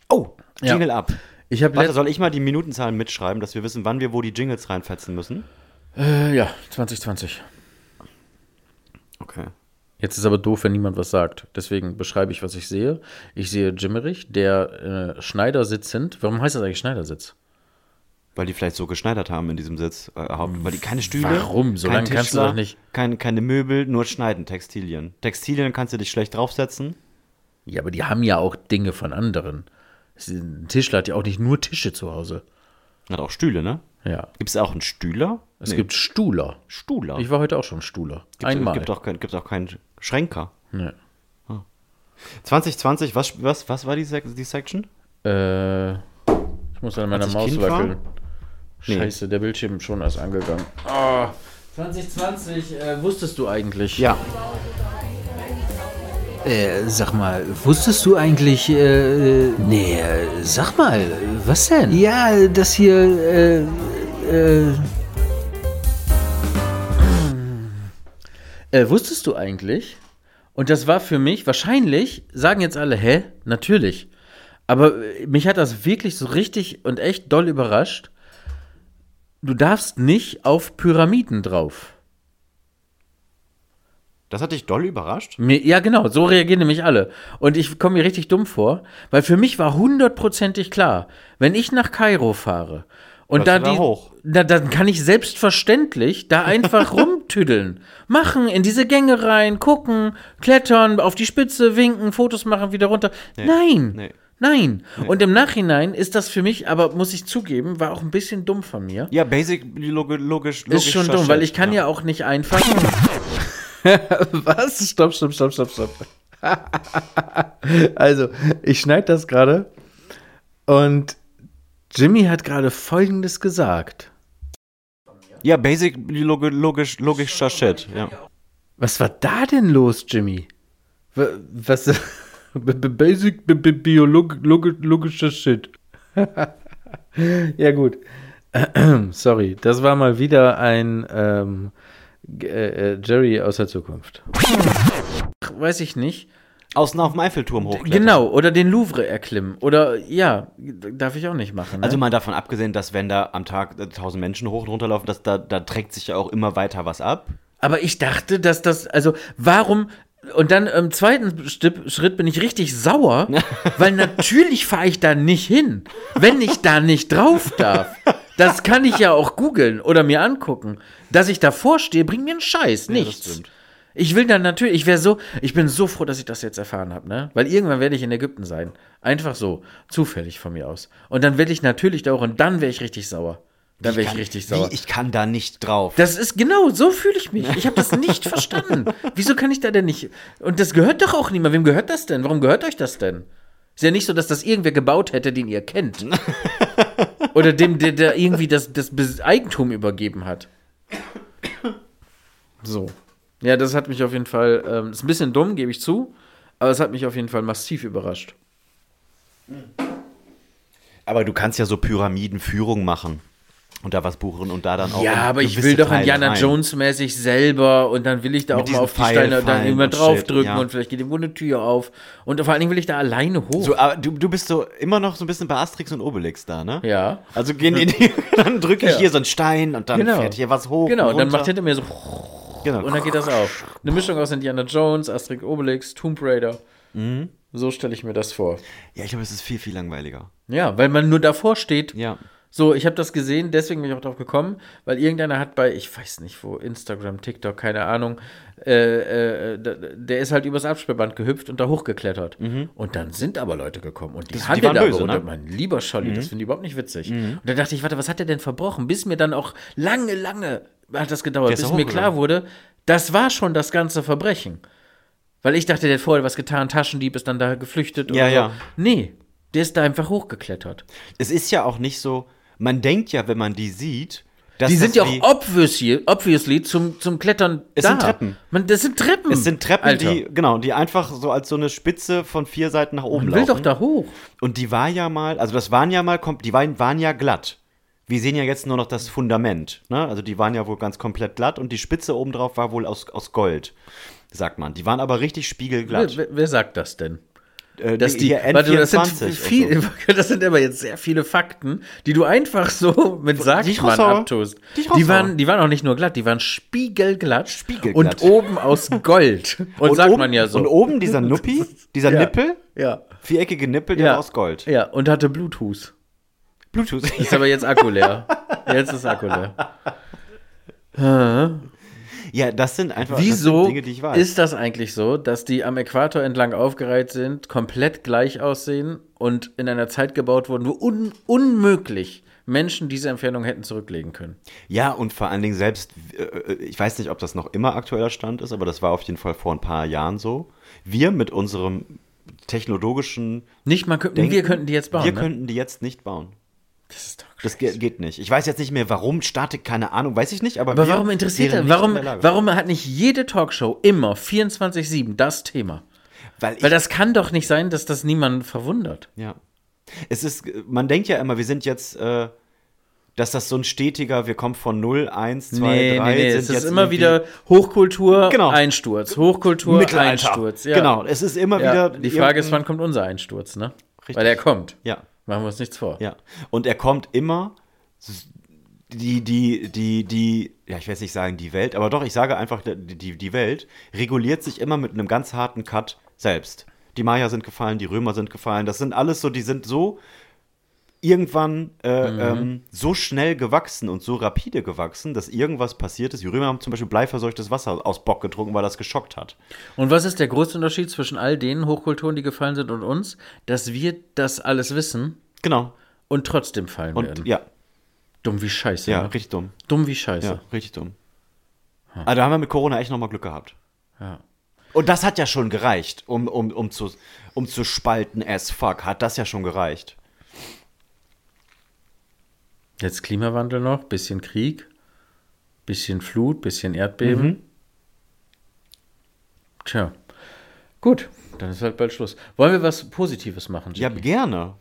Speaker 2: Oh,
Speaker 1: Ja.
Speaker 2: Jingle ab.
Speaker 1: Ich habe
Speaker 2: Warte,
Speaker 1: letzte.
Speaker 2: soll ich mal die Minutenzahlen mitschreiben, dass wir wissen, wann wir wo die Jingles reinfetzen müssen?
Speaker 1: Äh, ja, 2020.
Speaker 2: Okay.
Speaker 1: Jetzt ist aber doof, wenn niemand was sagt. Deswegen beschreibe ich, was ich sehe. Ich sehe Jimmerich, der äh, Schneider sitzend. Warum heißt das eigentlich Schneidersitz?
Speaker 2: Weil die vielleicht so geschneidert haben in diesem Sitz. Äh, Haupt- weil die keine Stühle.
Speaker 1: Warum? So
Speaker 2: kein
Speaker 1: lange kannst du
Speaker 2: Tischler,
Speaker 1: doch nicht.
Speaker 2: Kein, keine Möbel, nur Schneiden, Textilien. Textilien kannst du dich schlecht draufsetzen.
Speaker 1: Ja, aber die haben ja auch Dinge von anderen. Es- Ein Tischler hat ja auch nicht nur Tische zu Hause.
Speaker 2: Hat auch Stühle, ne?
Speaker 1: Ja.
Speaker 2: Gibt es auch einen Stühler?
Speaker 1: Es gibt Stuhler.
Speaker 2: Stuhler.
Speaker 1: Ich war heute auch schon Stuhler. Einmal.
Speaker 2: Gibt auch, kein- gibt auch keinen Schränker.
Speaker 1: Nee.
Speaker 2: 2020, was, was, was war die, Sek die Section?
Speaker 1: Äh, ich muss an meiner
Speaker 2: ich
Speaker 1: Maus
Speaker 2: Kind war?
Speaker 1: wackeln. Scheiße, der Bildschirm schon erst angegangen. 2020, äh, wusstest du eigentlich?
Speaker 2: Ja.
Speaker 5: Äh, sag mal, wusstest du eigentlich, äh, äh, nee, äh, sag mal, äh, was denn? Ja, das hier, äh, äh,
Speaker 1: Äh, wusstest du eigentlich? Und das war für mich, wahrscheinlich sagen jetzt alle, hä? Natürlich. Aber äh, mich hat das wirklich so richtig und echt doll überrascht. Du darfst nicht auf Pyramiden drauf.
Speaker 2: Das hat dich doll überrascht?
Speaker 1: Mir, ja, genau, so reagieren nämlich alle. Und ich komme mir richtig dumm vor, weil für mich war hundertprozentig klar, wenn ich nach Kairo fahre und
Speaker 2: Läufst
Speaker 1: da
Speaker 2: du da
Speaker 1: die.
Speaker 2: hoch?
Speaker 1: Na, dann kann ich selbstverständlich da
Speaker 2: [laughs]
Speaker 1: einfach rumtüdeln. Machen, in diese Gänge rein, gucken, klettern, auf die Spitze winken, Fotos machen, wieder runter. Nein!
Speaker 2: nee.
Speaker 1: Nein! Und im Nachhinein ist das für mich, aber muss ich zugeben, war auch ein bisschen dumm von mir.
Speaker 2: Ja, basic logisch. logisch
Speaker 1: Ist schon dumm, weil ich kann ja, auch nicht einfach. [laughs] Was? Stopp, stopp, stopp, stopp, [laughs] stopp. also, ich schneide das gerade und Jimmy hat gerade Folgendes gesagt.
Speaker 2: Ja, basic logi- logisch, logischer Shit. Ja.
Speaker 1: Was war da denn los, Jimmy? W- Was? [laughs] B- b- Basic b- b- biolog- logi- logischer Shit. [laughs] ja gut. [clears throat] Sorry, das war mal wieder ein ähm, G- äh, äh, Jerry aus der Zukunft. Weiß ich nicht.
Speaker 2: Außen auf dem Eiffelturm hochklettern.
Speaker 1: Genau, oder den Louvre erklimmen. Oder ja, darf ich auch nicht machen. Ne?
Speaker 2: Also mal davon abgesehen, dass wenn da am Tag äh, 1000 Menschen hoch und runter laufen, dass da, da trägt sich ja auch immer weiter was ab.
Speaker 1: Aber ich dachte, dass das, also warum. Und dann im zweiten Stip- Schritt bin ich richtig
Speaker 2: [laughs]
Speaker 1: sauer, weil natürlich fahre ich da nicht hin, wenn ich da nicht drauf darf. Das kann ich ja auch googeln oder mir angucken. Dass ich davor stehe, bringt mir einen Scheiß,
Speaker 2: das
Speaker 1: nichts.
Speaker 2: stimmt.
Speaker 1: ich will dann natürlich, ich wäre so, ich bin so froh, dass ich das jetzt erfahren habe, ne? Weil irgendwann werde ich in Ägypten sein. Einfach so, zufällig von mir aus. Und dann werde ich natürlich da auch und dann wäre ich richtig sauer. Dann wäre ich
Speaker 2: Kann-
Speaker 1: richtig sauer.
Speaker 2: Wie, ich kann da nicht drauf.
Speaker 1: Das ist genau, so fühle ich mich. Ich habe das nicht [laughs] verstanden. Wieso kann ich da denn nicht? Und das gehört doch auch niemand. Wem gehört das denn? Warum gehört euch das denn? Ist ja nicht so, dass das irgendwer gebaut hätte, den ihr kennt. Oder dem, der, der irgendwie das, das Bes- Eigentum übergeben hat. So. Ja, das hat mich auf jeden Fall, ähm, ist ein bisschen dumm, gebe ich zu, aber es hat mich auf jeden Fall massiv überrascht.
Speaker 2: Aber du kannst ja so Pyramidenführung machen und da was buchen und da dann auch.
Speaker 1: Ja,
Speaker 2: in
Speaker 1: aber ich
Speaker 2: gewisse
Speaker 1: will doch
Speaker 2: Teile
Speaker 1: Indiana
Speaker 2: rein.
Speaker 1: Jones-mäßig selber und dann will ich da
Speaker 2: Mit
Speaker 1: auch mal
Speaker 2: diesen
Speaker 1: auf die
Speaker 2: Pfeil
Speaker 1: Steine dann
Speaker 2: fallen
Speaker 1: immer
Speaker 2: und
Speaker 1: draufdrücken
Speaker 2: shit, ja.
Speaker 1: und vielleicht geht irgendwo eine Tür auf. Und vor allen Dingen will ich da alleine hoch.
Speaker 2: So, aber du, du bist so immer noch so ein bisschen bei Asterix und Obelix da, ne?
Speaker 1: Ja.
Speaker 2: Also
Speaker 1: [laughs]
Speaker 2: gehen die, die dann drücke ich
Speaker 1: Ja.
Speaker 2: hier so einen Stein und dann fährt hier was hoch.
Speaker 1: Genau,
Speaker 2: und
Speaker 1: und dann
Speaker 2: runter.
Speaker 1: macht hinter mir so
Speaker 2: genau.
Speaker 1: und dann geht das auf. Eine Mischung aus Indiana Jones, Asterix Obelix, Tomb Raider.
Speaker 2: Mhm.
Speaker 1: So stelle ich mir das vor.
Speaker 2: Ja, ich glaube, es ist viel, viel langweiliger.
Speaker 1: Ja, weil man nur davor steht.
Speaker 2: Ja.
Speaker 1: So, ich habe das gesehen, deswegen bin ich auch drauf gekommen, weil irgendeiner hat bei, ich weiß nicht wo, Instagram, TikTok, keine Ahnung, äh, äh, da- der ist halt übers Absperrband gehüpft und da hochgeklettert. Und dann sind aber Leute gekommen und die
Speaker 2: Mhm. Das- die
Speaker 1: handeln
Speaker 2: waren
Speaker 1: aber
Speaker 2: böse,
Speaker 1: unter-
Speaker 2: ne? Mhm.
Speaker 1: mein lieber Scholli, das finde ich überhaupt nicht witzig. Und dann dachte ich, warte, was hat der denn verbrochen? Bis mir dann auch lange, lange hat das gedauert,
Speaker 2: Der ist
Speaker 1: bis
Speaker 2: da
Speaker 1: mir klar wurde, das war schon das ganze Verbrechen. Weil ich dachte, der hat vorher was getan, Taschendieb ist dann da geflüchtet
Speaker 2: Ja,
Speaker 1: oder
Speaker 2: ja.
Speaker 1: so. Nee, der ist da einfach hochgeklettert.
Speaker 2: Es ist ja auch nicht so, man denkt ja, wenn man die sieht, dass
Speaker 1: Die
Speaker 2: das
Speaker 1: sind ja
Speaker 2: wie-
Speaker 1: auch obviously, obviously zum, zum Klettern
Speaker 2: Es
Speaker 1: da.
Speaker 2: sind Treppen.
Speaker 1: Man, das sind Treppen.
Speaker 2: Es sind Treppen,
Speaker 1: Hm. Alter,
Speaker 2: die genau, die einfach so als so eine Spitze von vier Seiten nach oben
Speaker 1: Man will
Speaker 2: laufen.
Speaker 1: doch da hoch.
Speaker 2: Und die war ja mal, also das waren ja mal, kom- die waren, waren ja glatt. Wir sehen ja jetzt nur noch das Fundament. Ne? Also die waren ja wohl ganz komplett glatt und die Spitze obendrauf war wohl aus, aus Gold, sagt man. Die waren aber richtig spiegelglatt.
Speaker 1: Wer, wer, wer sagt das denn?
Speaker 2: Äh,
Speaker 1: Dass die,
Speaker 2: hier
Speaker 1: warte, das sind,
Speaker 2: N24 und
Speaker 1: viel,
Speaker 2: so.
Speaker 1: [laughs] das sind aber jetzt sehr viele Fakten, die du einfach so mit Sargmann
Speaker 2: Rossauer.
Speaker 1: abtust.
Speaker 2: Die
Speaker 1: Die
Speaker 2: Rossauer.
Speaker 1: waren, die waren auch nicht nur glatt, die waren spiegelglatt,
Speaker 2: Spiegelglatt.
Speaker 1: und oben
Speaker 2: [laughs]
Speaker 1: aus Gold. Und, sagt
Speaker 2: oben,
Speaker 1: man ja so.
Speaker 2: Und oben
Speaker 1: [laughs]
Speaker 2: dieser Nuppi, dieser
Speaker 1: Ja.
Speaker 2: Nippel,
Speaker 1: Ja.
Speaker 2: viereckige Nippel, der
Speaker 1: ja.
Speaker 2: war Genau aus Gold.
Speaker 1: Ja, und hatte Bluetooth.
Speaker 2: Bluetooth. [laughs]
Speaker 1: Ist aber jetzt Akku leer. jetzt ist Akku leer.
Speaker 2: Ja, das sind einfach das
Speaker 1: Wieso
Speaker 2: sind Dinge, die ich weiß.
Speaker 1: ist das eigentlich so, dass die am Äquator entlang aufgereiht sind, komplett gleich aussehen und in einer Zeit gebaut wurden, wo un unmöglich Menschen diese Entfernung hätten zurücklegen können?
Speaker 2: Ja, und vor allen Dingen selbst, äh, ich weiß nicht, ob das noch immer aktueller Stand ist, aber das war auf jeden Fall vor ein paar Jahren so. Wir mit unserem technologischen
Speaker 1: Nicht mal könnten, wir könnten die jetzt bauen.
Speaker 2: Wir
Speaker 1: ne?
Speaker 2: könnten die jetzt nicht bauen.
Speaker 1: das ist doch
Speaker 2: Das ge geht nicht. Ich weiß jetzt nicht mehr, warum Statik, keine Ahnung, weiß ich nicht, aber,
Speaker 1: aber
Speaker 2: wir
Speaker 1: warum interessiert
Speaker 2: wären
Speaker 1: er,
Speaker 2: nicht
Speaker 1: warum,
Speaker 2: in der Lage.
Speaker 1: warum hat nicht jede Talkshow immer 24-7 das Thema?
Speaker 2: Weil ich,
Speaker 1: Weil das kann doch nicht sein, dass das niemanden verwundert.
Speaker 2: ja. Es ist, man denkt ja immer, wir sind jetzt, äh, dass das so ein stetiger, wir kommen von 0, 1, 2, 3, sind
Speaker 1: es ist
Speaker 2: jetzt
Speaker 1: immer
Speaker 2: irgendwie-
Speaker 1: wieder Hochkultur,
Speaker 2: Genau.
Speaker 1: Einsturz, Hochkultur, Einsturz. Ja.
Speaker 2: Genau, es ist immer
Speaker 1: Ja,
Speaker 2: wieder.
Speaker 1: die Frage ist, wann kommt unser Einsturz, ne? Weil er kommt.
Speaker 2: Ja.
Speaker 1: Machen wir uns nichts vor.
Speaker 2: Ja. Und er kommt immer s- die, die, die, die, ja, ich will jetzt nicht sagen die Welt, aber doch, ich sage einfach, die, die, die Welt reguliert sich immer mit einem ganz harten Cut selbst. Die Maya sind gefallen, die Römer sind gefallen, das sind alles so, die sind so irgendwann äh, ähm, so schnell gewachsen und so rapide gewachsen, dass irgendwas passiert ist. Die Römer haben zum Beispiel bleiverseuchtes Wasser aus Bock getrunken, weil das geschockt hat.
Speaker 1: Und was ist der große Unterschied zwischen all den Hochkulturen, die gefallen sind und uns? Dass wir das alles wissen
Speaker 2: Genau.
Speaker 1: und trotzdem fallen werden.
Speaker 2: Und ja,
Speaker 1: Dumm wie Scheiße.
Speaker 2: ja,
Speaker 1: ne?
Speaker 2: richtig dumm.
Speaker 1: Dumm wie Scheiße.
Speaker 2: Ja, richtig dumm. Aber da haben wir mit Corona echt nochmal Glück gehabt.
Speaker 1: Ja.
Speaker 2: Und das hat ja schon gereicht, um, um, um, zu, um zu spalten as fuck. Hat das ja schon gereicht.
Speaker 1: Jetzt Klimawandel noch, bisschen Krieg, bisschen Flut, bisschen Erdbeben.
Speaker 2: Mhm.
Speaker 1: Tja. Gut, dann ist halt bald Schluss. Wollen wir was Positives machen?
Speaker 2: Ja, Mhm.
Speaker 1: Jackie?
Speaker 2: gerne.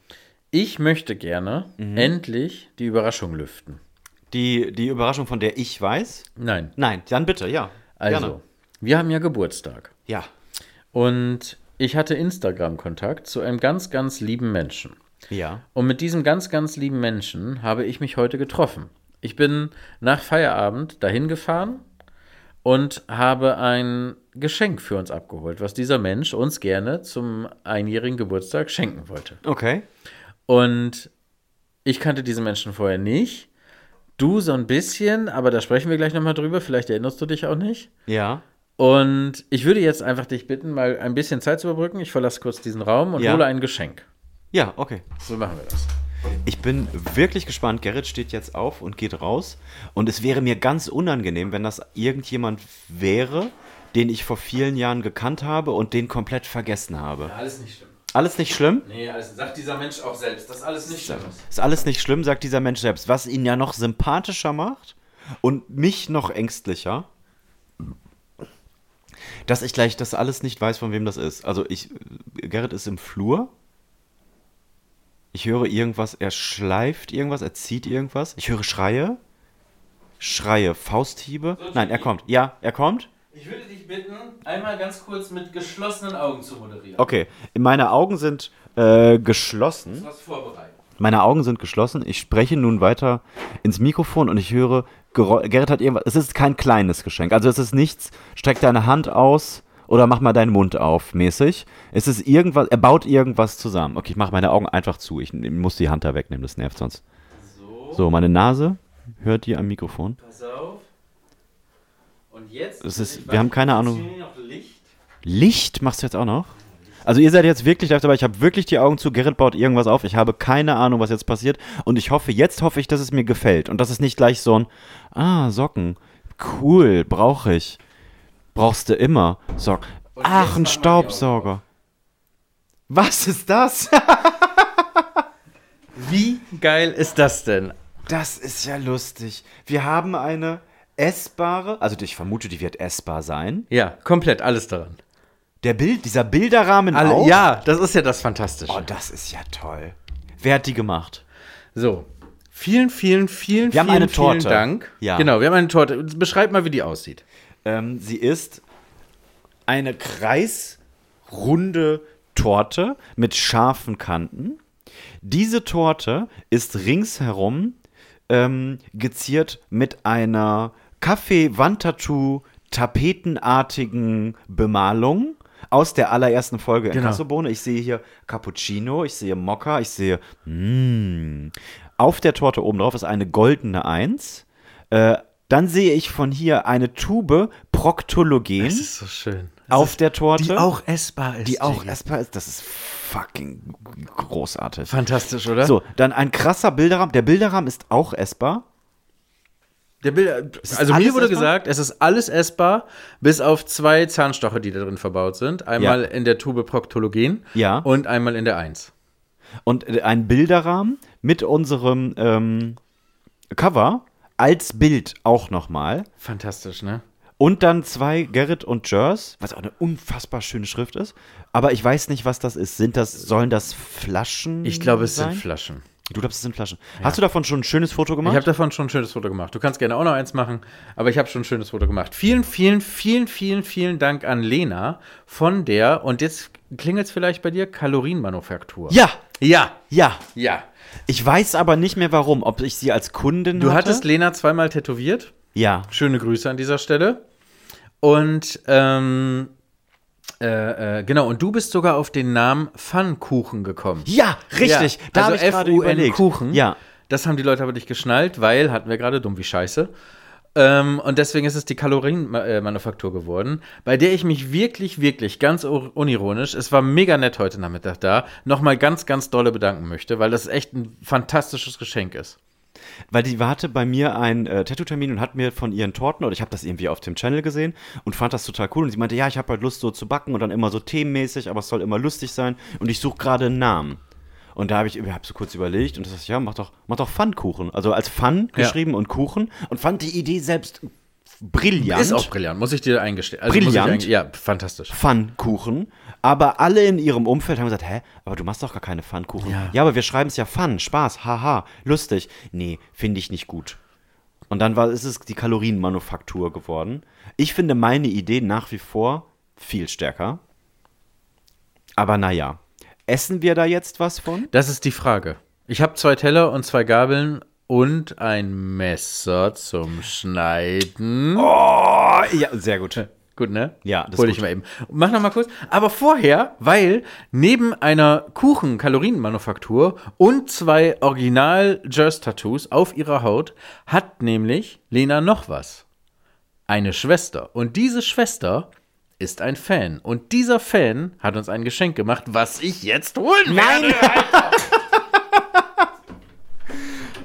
Speaker 1: Ich möchte gerne endlich die Überraschung lüften.
Speaker 2: Die, die Überraschung, von der ich weiß.
Speaker 1: Nein,
Speaker 2: Nein, dann bitte, ja.
Speaker 1: also,
Speaker 2: Gerne.
Speaker 1: wir haben ja Geburtstag.
Speaker 2: Ja.
Speaker 1: Und ich hatte Instagram-Kontakt zu einem ganz, ganz lieben Menschen.
Speaker 2: Ja.
Speaker 1: Und mit diesem ganz, ganz lieben Menschen habe ich mich heute getroffen. Ich bin nach Feierabend dahin gefahren und habe ein Geschenk für uns abgeholt, was dieser Mensch uns gerne zum einjährigen Geburtstag schenken wollte.
Speaker 2: Okay.
Speaker 1: Und ich kannte diesen Menschen vorher nicht. Du so ein bisschen, aber da sprechen wir gleich nochmal drüber. Vielleicht erinnerst du dich auch nicht.
Speaker 2: Ja.
Speaker 1: Und ich würde jetzt einfach dich bitten, mal ein bisschen Zeit zu überbrücken. Ich verlasse kurz diesen Raum und
Speaker 2: Ja.
Speaker 1: hole ein Geschenk.
Speaker 2: Ja, okay.
Speaker 1: So machen wir das.
Speaker 2: Ich bin wirklich gespannt. Gerrit steht jetzt auf und geht raus. Und es wäre mir ganz unangenehm, wenn das irgendjemand wäre, den ich vor vielen Jahren gekannt habe und den komplett vergessen habe.
Speaker 1: Alles nicht schlimm.
Speaker 2: Alles nicht schlimm?
Speaker 1: Nee, also sagt dieser Mensch auch selbst, dass alles nicht schlimm ist.
Speaker 2: Ist alles nicht schlimm, sagt dieser Mensch selbst. Was ihn ja noch sympathischer macht und mich noch ängstlicher, dass ich gleich das alles nicht weiß, von wem das ist. Also ich, Gerrit ist im Flur. Ich höre irgendwas, er schleift irgendwas, er zieht irgendwas. Ich höre Schreie. Schreie, Fausthiebe. Nein, er kommt. Ja, er kommt.
Speaker 1: Ich würde dich bitten, einmal ganz kurz mit geschlossenen Augen zu moderieren.
Speaker 2: Okay, meine Augen sind äh, geschlossen.
Speaker 1: Was vorbereiten.
Speaker 2: Meine Augen sind geschlossen. Ich spreche nun weiter ins Mikrofon und ich höre, Gerol Gerrit hat irgendwas. Es ist kein kleines Geschenk. Also es ist nichts, streck deine Hand aus oder mach mal deinen Mund auf, mäßig. Es ist irgendwas, er baut irgendwas zusammen. Okay, ich mache meine Augen einfach zu. Ich, n- muss die Hand da wegnehmen, das nervt sonst. So, meine Nase hört ihr am Mikrofon.
Speaker 1: Pass auf. Und jetzt.
Speaker 2: Das ist- wir haben keine Ahnung.
Speaker 1: Funktioniert noch Licht?
Speaker 2: Licht machst du jetzt auch noch? Also ihr seid jetzt wirklich live dabei. Ich habe wirklich die Augen zu. Gerrit baut irgendwas auf. Ich habe keine Ahnung, was jetzt passiert. Und ich hoffe, jetzt hoffe ich, dass es mir gefällt. Und dass es nicht gleich so ein, ah, Socken. Cool, brauche ich. Brauchst du immer. Socken. Ach, ein Staubsauger. Was ist das?
Speaker 1: Wie geil ist das denn?
Speaker 2: Das ist ja lustig. Wir haben eine essbare, also ich vermute, die wird essbar sein.
Speaker 1: Ja, komplett alles daran.
Speaker 2: Der Bild, dieser Bilderrahmen
Speaker 1: Alle,
Speaker 2: auch?
Speaker 1: Ja, das ist ja das Fantastische.
Speaker 2: Oh, das ist ja toll. Wer hat die gemacht?
Speaker 1: So. Vielen, vielen, vielen,
Speaker 2: Wir haben
Speaker 1: vielen,
Speaker 2: eine Torte.
Speaker 1: vielen Dank.
Speaker 2: Ja.
Speaker 1: Genau, wir haben eine Torte. Beschreib mal, wie die aussieht.
Speaker 2: Ähm, sie ist eine kreisrunde Torte mit scharfen Kanten. Diese Torte ist ringsherum ähm, geziert mit einer Kaffee-Wandtattoo-tapetenartigen Bemalung aus der allerersten Folge in
Speaker 1: Genau.
Speaker 2: Kassobohne. Ich sehe hier Cappuccino, ich sehe Mokka, ich sehe. Mm. Auf der Torte obendrauf ist eine goldene Eins. Äh, dann sehe ich von hier eine Tube Proktologen
Speaker 1: so schön.
Speaker 2: auf der Torte.
Speaker 5: Die auch essbar ist.
Speaker 2: die auch
Speaker 5: Digga.
Speaker 2: essbar ist. Das ist fucking großartig.
Speaker 1: Fantastisch, oder?
Speaker 2: So, dann ein krasser Bilderrahmen. Der Bilderrahmen ist auch essbar.
Speaker 1: Der Bild, also mir
Speaker 2: alles
Speaker 1: wurde
Speaker 2: essbar?
Speaker 1: gesagt, es ist alles essbar, bis auf zwei Zahnstocher, die da drin verbaut sind. Einmal
Speaker 2: Ja.
Speaker 1: in der Tube Proktologen
Speaker 2: Ja.
Speaker 1: und einmal in der Eins.
Speaker 2: Und äh, ein Bilderrahmen mit unserem ähm, Cover als Bild auch nochmal.
Speaker 1: Fantastisch, ne?
Speaker 2: Und dann zwei Gerrit und Jers, was auch eine unfassbar schöne Schrift ist. Aber ich weiß nicht, was das ist. Sind das, sollen das Flaschen?
Speaker 1: Ich glaube, es
Speaker 2: sein?
Speaker 1: sind Flaschen.
Speaker 2: Du glaubst, es sind Flaschen. Hast du davon schon ein schönes Foto
Speaker 1: Ich
Speaker 2: gemacht?
Speaker 1: habe davon schon ein schönes Foto gemacht. Du kannst gerne auch noch eins machen, aber ich habe schon ein schönes Foto gemacht. Vielen, vielen, vielen, vielen, vielen Dank an Lena von der, und jetzt klingelt es vielleicht bei dir, Kalorienmanufaktur.
Speaker 2: ja,
Speaker 1: Ja,
Speaker 2: ja.
Speaker 1: ja.
Speaker 2: Ich weiß aber nicht mehr warum, ob ich sie als Kundin
Speaker 1: Du
Speaker 2: hatte.
Speaker 1: hattest Lena zweimal tätowiert.
Speaker 2: ja.
Speaker 1: Schöne Grüße an dieser Stelle. Und ähm, äh, äh, genau, und du bist sogar auf den Namen Pfannkuchen gekommen.
Speaker 2: Ja, richtig.
Speaker 1: Ja,
Speaker 2: Da
Speaker 1: also
Speaker 2: habe ich gerade
Speaker 1: F-U-N
Speaker 2: überlegt.
Speaker 1: Kuchen.
Speaker 2: Ja.
Speaker 1: Das haben die Leute aber nicht geschnallt, weil hatten wir gerade dumm wie Scheiße. Ähm, und deswegen ist es die Kalorienmanufaktur geworden, bei der ich mich wirklich, wirklich ganz u- unironisch, es war mega nett heute Nachmittag da, nochmal ganz, ganz dolle bedanken möchte, weil das echt ein fantastisches Geschenk ist.
Speaker 2: Weil die hatte bei mir einen äh, Tattoo-Termin und hat mir von ihren Torten, oder ich habe das irgendwie auf dem Channel gesehen und fand das total cool. Und sie meinte, ja, ich habe halt Lust so zu backen und dann immer so themenmäßig, aber es soll immer lustig sein. Und ich suche gerade einen Namen. Und da habe ich ich hab so kurz überlegt und das ja, mach doch, mach doch Pfannkuchen. Also als Pfann
Speaker 1: Ja.
Speaker 2: geschrieben und Kuchen und fand die Idee selbst brillant.
Speaker 1: Ist auch brillant, muss ich dir eingestehen. Also Muss
Speaker 2: Brillant.
Speaker 1: ich einge- ja, fantastisch.
Speaker 2: Pfannkuchen, aber alle in ihrem Umfeld haben gesagt, hä, aber du machst doch gar keine Pfannkuchen. Ja,
Speaker 1: Ja.
Speaker 2: aber wir schreiben es ja Fun, Spaß, haha, lustig. Nee, finde ich nicht gut. Und dann war, ist es die Kalorienmanufaktur geworden. Ich finde meine Idee nach wie vor viel stärker. Aber naja, essen wir da jetzt was von?
Speaker 1: Das ist die Frage. Ich habe zwei Teller und zwei Gabeln und ein Messer zum Schneiden.
Speaker 2: Oh, ja, sehr gut.
Speaker 1: Gut, ne?
Speaker 2: Ja, das ist
Speaker 1: Hol ich
Speaker 2: gut.
Speaker 1: mal eben. Mach noch mal kurz. Aber vorher, weil neben einer Kuchen-Kalorienmanufaktur und zwei Original-Jers-Tattoos auf ihrer Haut hat nämlich Lena noch was. Eine Schwester. Und diese Schwester ist ein Fan. Und dieser Fan hat uns ein Geschenk gemacht, was ich jetzt holen Nein! werde.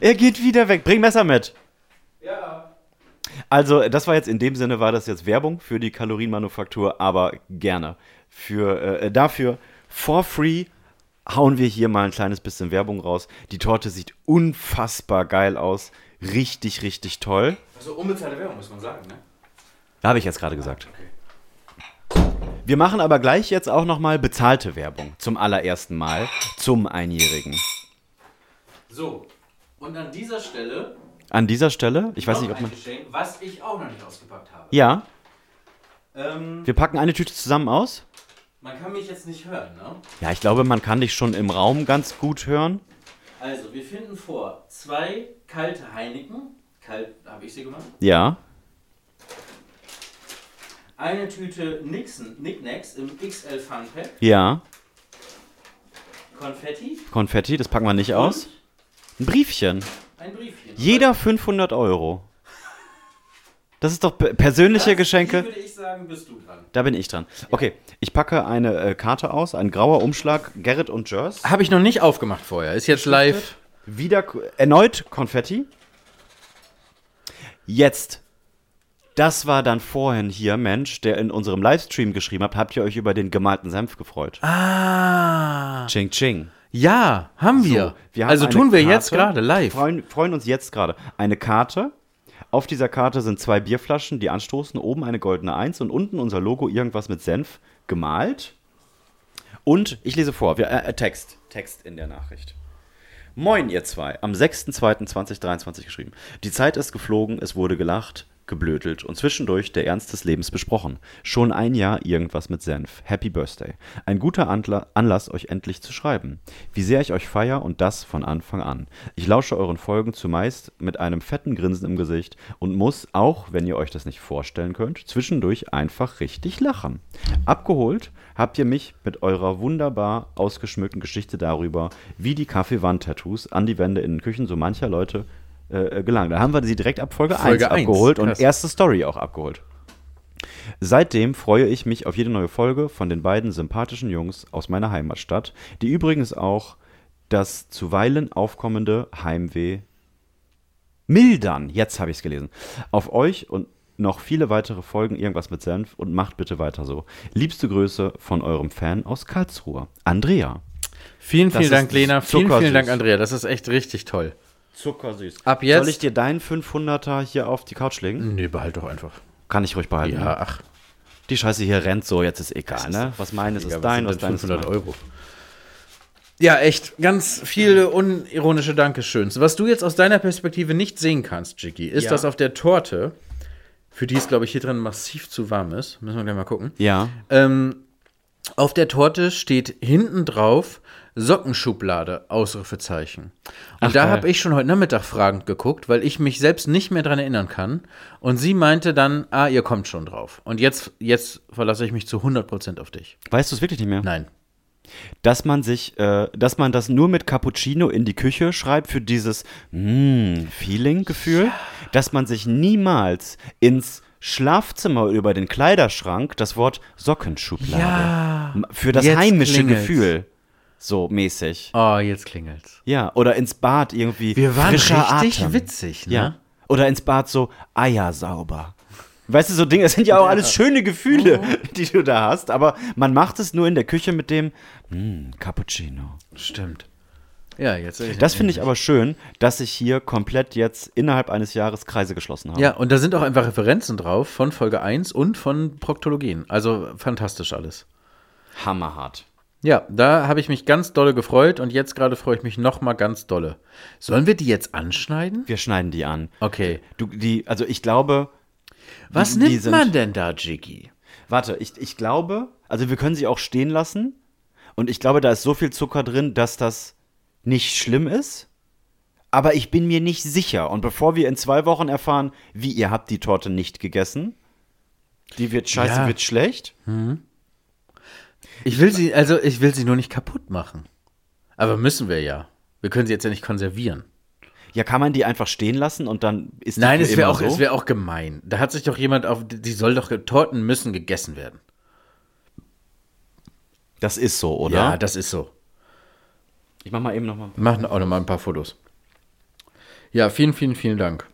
Speaker 2: Er geht wieder weg. Bring Messer mit. Ja. Also, das war jetzt in dem Sinne war das jetzt Werbung für die Kalorienmanufaktur, aber gerne. Für äh, dafür for free hauen wir hier mal ein kleines bisschen Werbung raus. Die Torte sieht unfassbar geil aus. Richtig, richtig toll.
Speaker 1: Also unbezahlte Werbung, muss man sagen, ne?
Speaker 2: Da habe ich jetzt gerade gesagt. Wir machen aber gleich jetzt auch noch mal bezahlte Werbung zum allerersten Mal zum Einjährigen.
Speaker 1: So, und an dieser Stelle
Speaker 2: An dieser Stelle, ich weiß nicht, ob man
Speaker 1: Geschenk, was ich auch noch nicht ausgepackt habe.
Speaker 2: ja,
Speaker 1: Ähm,
Speaker 2: wir packen eine Tüte zusammen aus.
Speaker 1: man kann mich jetzt nicht hören, ne?
Speaker 2: Ja, ich glaube, man kann dich schon im Raum ganz gut hören.
Speaker 1: Also, wir finden vor zwei kalte Heineken. Kalt, habe ich sie gemacht.
Speaker 2: Ja.
Speaker 1: Eine Tüte Nixon, Knickknacks im XL Fun Pack.
Speaker 2: Ja.
Speaker 1: Konfetti.
Speaker 2: Konfetti, das packen wir nicht aus. Ein Briefchen.
Speaker 1: Ein Ein Briefchen.
Speaker 4: Jeder 500 Euro. Das ist doch pe- persönliche Geschenke.
Speaker 1: ich sagen, bist du dran.
Speaker 4: Da bin ich dran. Okay, ich packe eine äh, Karte aus, ein grauer Umschlag, Gerrit und Jers.
Speaker 1: Habe ich noch nicht aufgemacht vorher. Ist jetzt live.
Speaker 4: Wieder k- erneut Konfetti. Jetzt. Das war dann vorhin hier, Mensch, der in unserem Livestream geschrieben hat, habt ihr euch über den gemalten Senf gefreut?
Speaker 1: Ah.
Speaker 4: Ching Ching.
Speaker 1: Ja, haben wir.
Speaker 4: Wir haben
Speaker 1: also
Speaker 4: eine
Speaker 1: tun wir
Speaker 4: Karte,
Speaker 1: jetzt gerade live.
Speaker 4: Freuen, freuen uns jetzt gerade. Eine Karte. Auf dieser Karte sind zwei Bierflaschen, die anstoßen. Oben eine goldene Eins und unten unser Logo, irgendwas mit Senf, gemalt. Und ich lese vor, wir, äh, äh, Text, Text in der Nachricht. Moin, ihr zwei. Am 6.2.2023 geschrieben. Die Zeit ist geflogen, es wurde gelacht, geblödelt und zwischendurch der Ernst des Lebens besprochen. Schon ein Jahr irgendwas mit Senf. Happy Birthday. Ein guter Antla Anlass, euch endlich zu schreiben. Wie sehr ich euch feier und das von Anfang an. Ich lausche euren Folgen zumeist mit einem fetten Grinsen im Gesicht und muss, auch wenn ihr euch das nicht vorstellen könnt, zwischendurch einfach richtig lachen. Abgeholt habt ihr mich mit eurer wunderbar ausgeschmückten Geschichte darüber, wie die Kaffeewand-Tattoos an die Wände in den Küchen so mancher Leute äh, gelangen. Da haben wir sie direkt ab Folge, 1
Speaker 1: Folge eins,
Speaker 4: abgeholt und
Speaker 1: krass.
Speaker 4: erste Story auch abgeholt. Seitdem freue ich mich auf jede neue Folge von den beiden sympathischen Jungs aus meiner Heimatstadt, die übrigens auch das zuweilen aufkommende Heimweh mildern. Jetzt habe ich es gelesen. Auf euch und noch viele weitere Folgen irgendwas mit Senf und macht bitte weiter so. Liebste Grüße von eurem Fan aus Karlsruhe, Andrea.
Speaker 1: Vielen, vielen
Speaker 4: ist
Speaker 1: Dank, Lena. Vielen,
Speaker 4: zuckersüß.
Speaker 1: vielen Dank, Andrea. Das ist echt richtig toll.
Speaker 4: Zuckersüß.
Speaker 1: Ab jetzt-
Speaker 4: Soll ich dir deinen 500er hier auf die Couch legen?
Speaker 1: Nee, behalt doch einfach.
Speaker 4: Kann ich ruhig behalten.
Speaker 1: Ja, ach.
Speaker 4: Die Scheiße hier rennt so, jetzt ist egal, ne? Was meines ist
Speaker 1: was
Speaker 4: dein,
Speaker 1: sind
Speaker 4: was
Speaker 1: denn
Speaker 4: deines ist
Speaker 1: 500
Speaker 4: mein.
Speaker 1: Euro. Ja, echt. Ganz viele unironische Dankeschöns. Was du jetzt aus deiner Perspektive nicht sehen kannst, Jiggy, ist,
Speaker 4: Ja.
Speaker 1: dass auf der Torte, für die es, glaube ich, hier drin massiv zu warm ist, müssen wir gleich mal gucken,
Speaker 4: Ja.
Speaker 1: ähm, auf der Torte steht hinten drauf Sockenschublade, Ausrufezeichen. Und da
Speaker 4: geil.
Speaker 1: habe ich schon heute Nachmittag fragend geguckt, weil ich mich selbst nicht mehr dran erinnern kann. Und sie meinte dann, ah, ihr kommt schon drauf. Und jetzt, jetzt verlasse ich mich zu 100% auf dich.
Speaker 4: Weißt du es wirklich nicht mehr?
Speaker 1: Nein.
Speaker 4: Dass man sich, äh, dass man das nur mit Cappuccino in die Küche schreibt für dieses mm, Feeling-Gefühl, dass man sich niemals ins Schlafzimmer über den Kleiderschrank das Wort Sockenschublade
Speaker 1: Ah.
Speaker 4: m- für das
Speaker 1: jetzt
Speaker 4: heimische
Speaker 1: klingelt's.
Speaker 4: Gefühl so mäßig.
Speaker 1: Oh, jetzt klingelt's.
Speaker 4: Ja, oder ins Bad irgendwie.
Speaker 1: Wir waren
Speaker 4: frischer
Speaker 1: richtig
Speaker 4: Atem.
Speaker 1: witzig, ne?
Speaker 4: Ja. Oder ins Bad so Eier sauber. Weißt du, so Dinge, das sind ja auch alles schöne Gefühle,
Speaker 1: Oh.
Speaker 4: die du da hast, aber man macht es nur in der Küche mit dem mm, Cappuccino.
Speaker 1: Stimmt. Ja, jetzt.
Speaker 4: Das finde ich aber schön, dass ich hier komplett jetzt innerhalb eines Jahres Kreise geschlossen habe.
Speaker 1: Ja, und da sind auch einfach Referenzen drauf von Folge 1 und von Proktologien. Also fantastisch alles.
Speaker 4: Hammerhart.
Speaker 1: Ja, da habe ich mich ganz dolle gefreut und jetzt gerade freue ich mich noch mal ganz dolle. Sollen wir die jetzt anschneiden?
Speaker 4: Wir schneiden die an.
Speaker 1: Okay.
Speaker 4: Du, die, also ich glaube,
Speaker 1: Was
Speaker 4: Die- die
Speaker 1: nimmt
Speaker 4: sind-
Speaker 1: man denn da, Jiggy?
Speaker 4: warte, ich, ich glaube, also wir können sie auch stehen lassen. Und ich glaube, da ist so viel Zucker drin, dass das nicht schlimm ist. Aber ich bin mir nicht sicher. Und bevor wir in zwei Wochen erfahren, wie ihr habt die Torte nicht gegessen, die wird scheiße,
Speaker 1: Ja.
Speaker 4: wird schlecht.
Speaker 1: Ich will sie, also ich will sie nur nicht kaputt machen. Aber müssen wir ja. Wir können sie jetzt ja nicht konservieren.
Speaker 4: Ja, kann man die einfach stehen lassen und dann ist die
Speaker 1: Nein,
Speaker 4: für
Speaker 1: es wäre
Speaker 4: immer
Speaker 1: auch, es wär auch gemein. Da hat sich doch jemand auf, die soll doch, Torten müssen gegessen werden.
Speaker 4: Das ist so, oder?
Speaker 1: Ja, das ist so.
Speaker 4: ich mach mal eben nochmal.
Speaker 1: Machen auch nochmal ein paar Fotos. Ja, vielen, vielen, vielen Dank.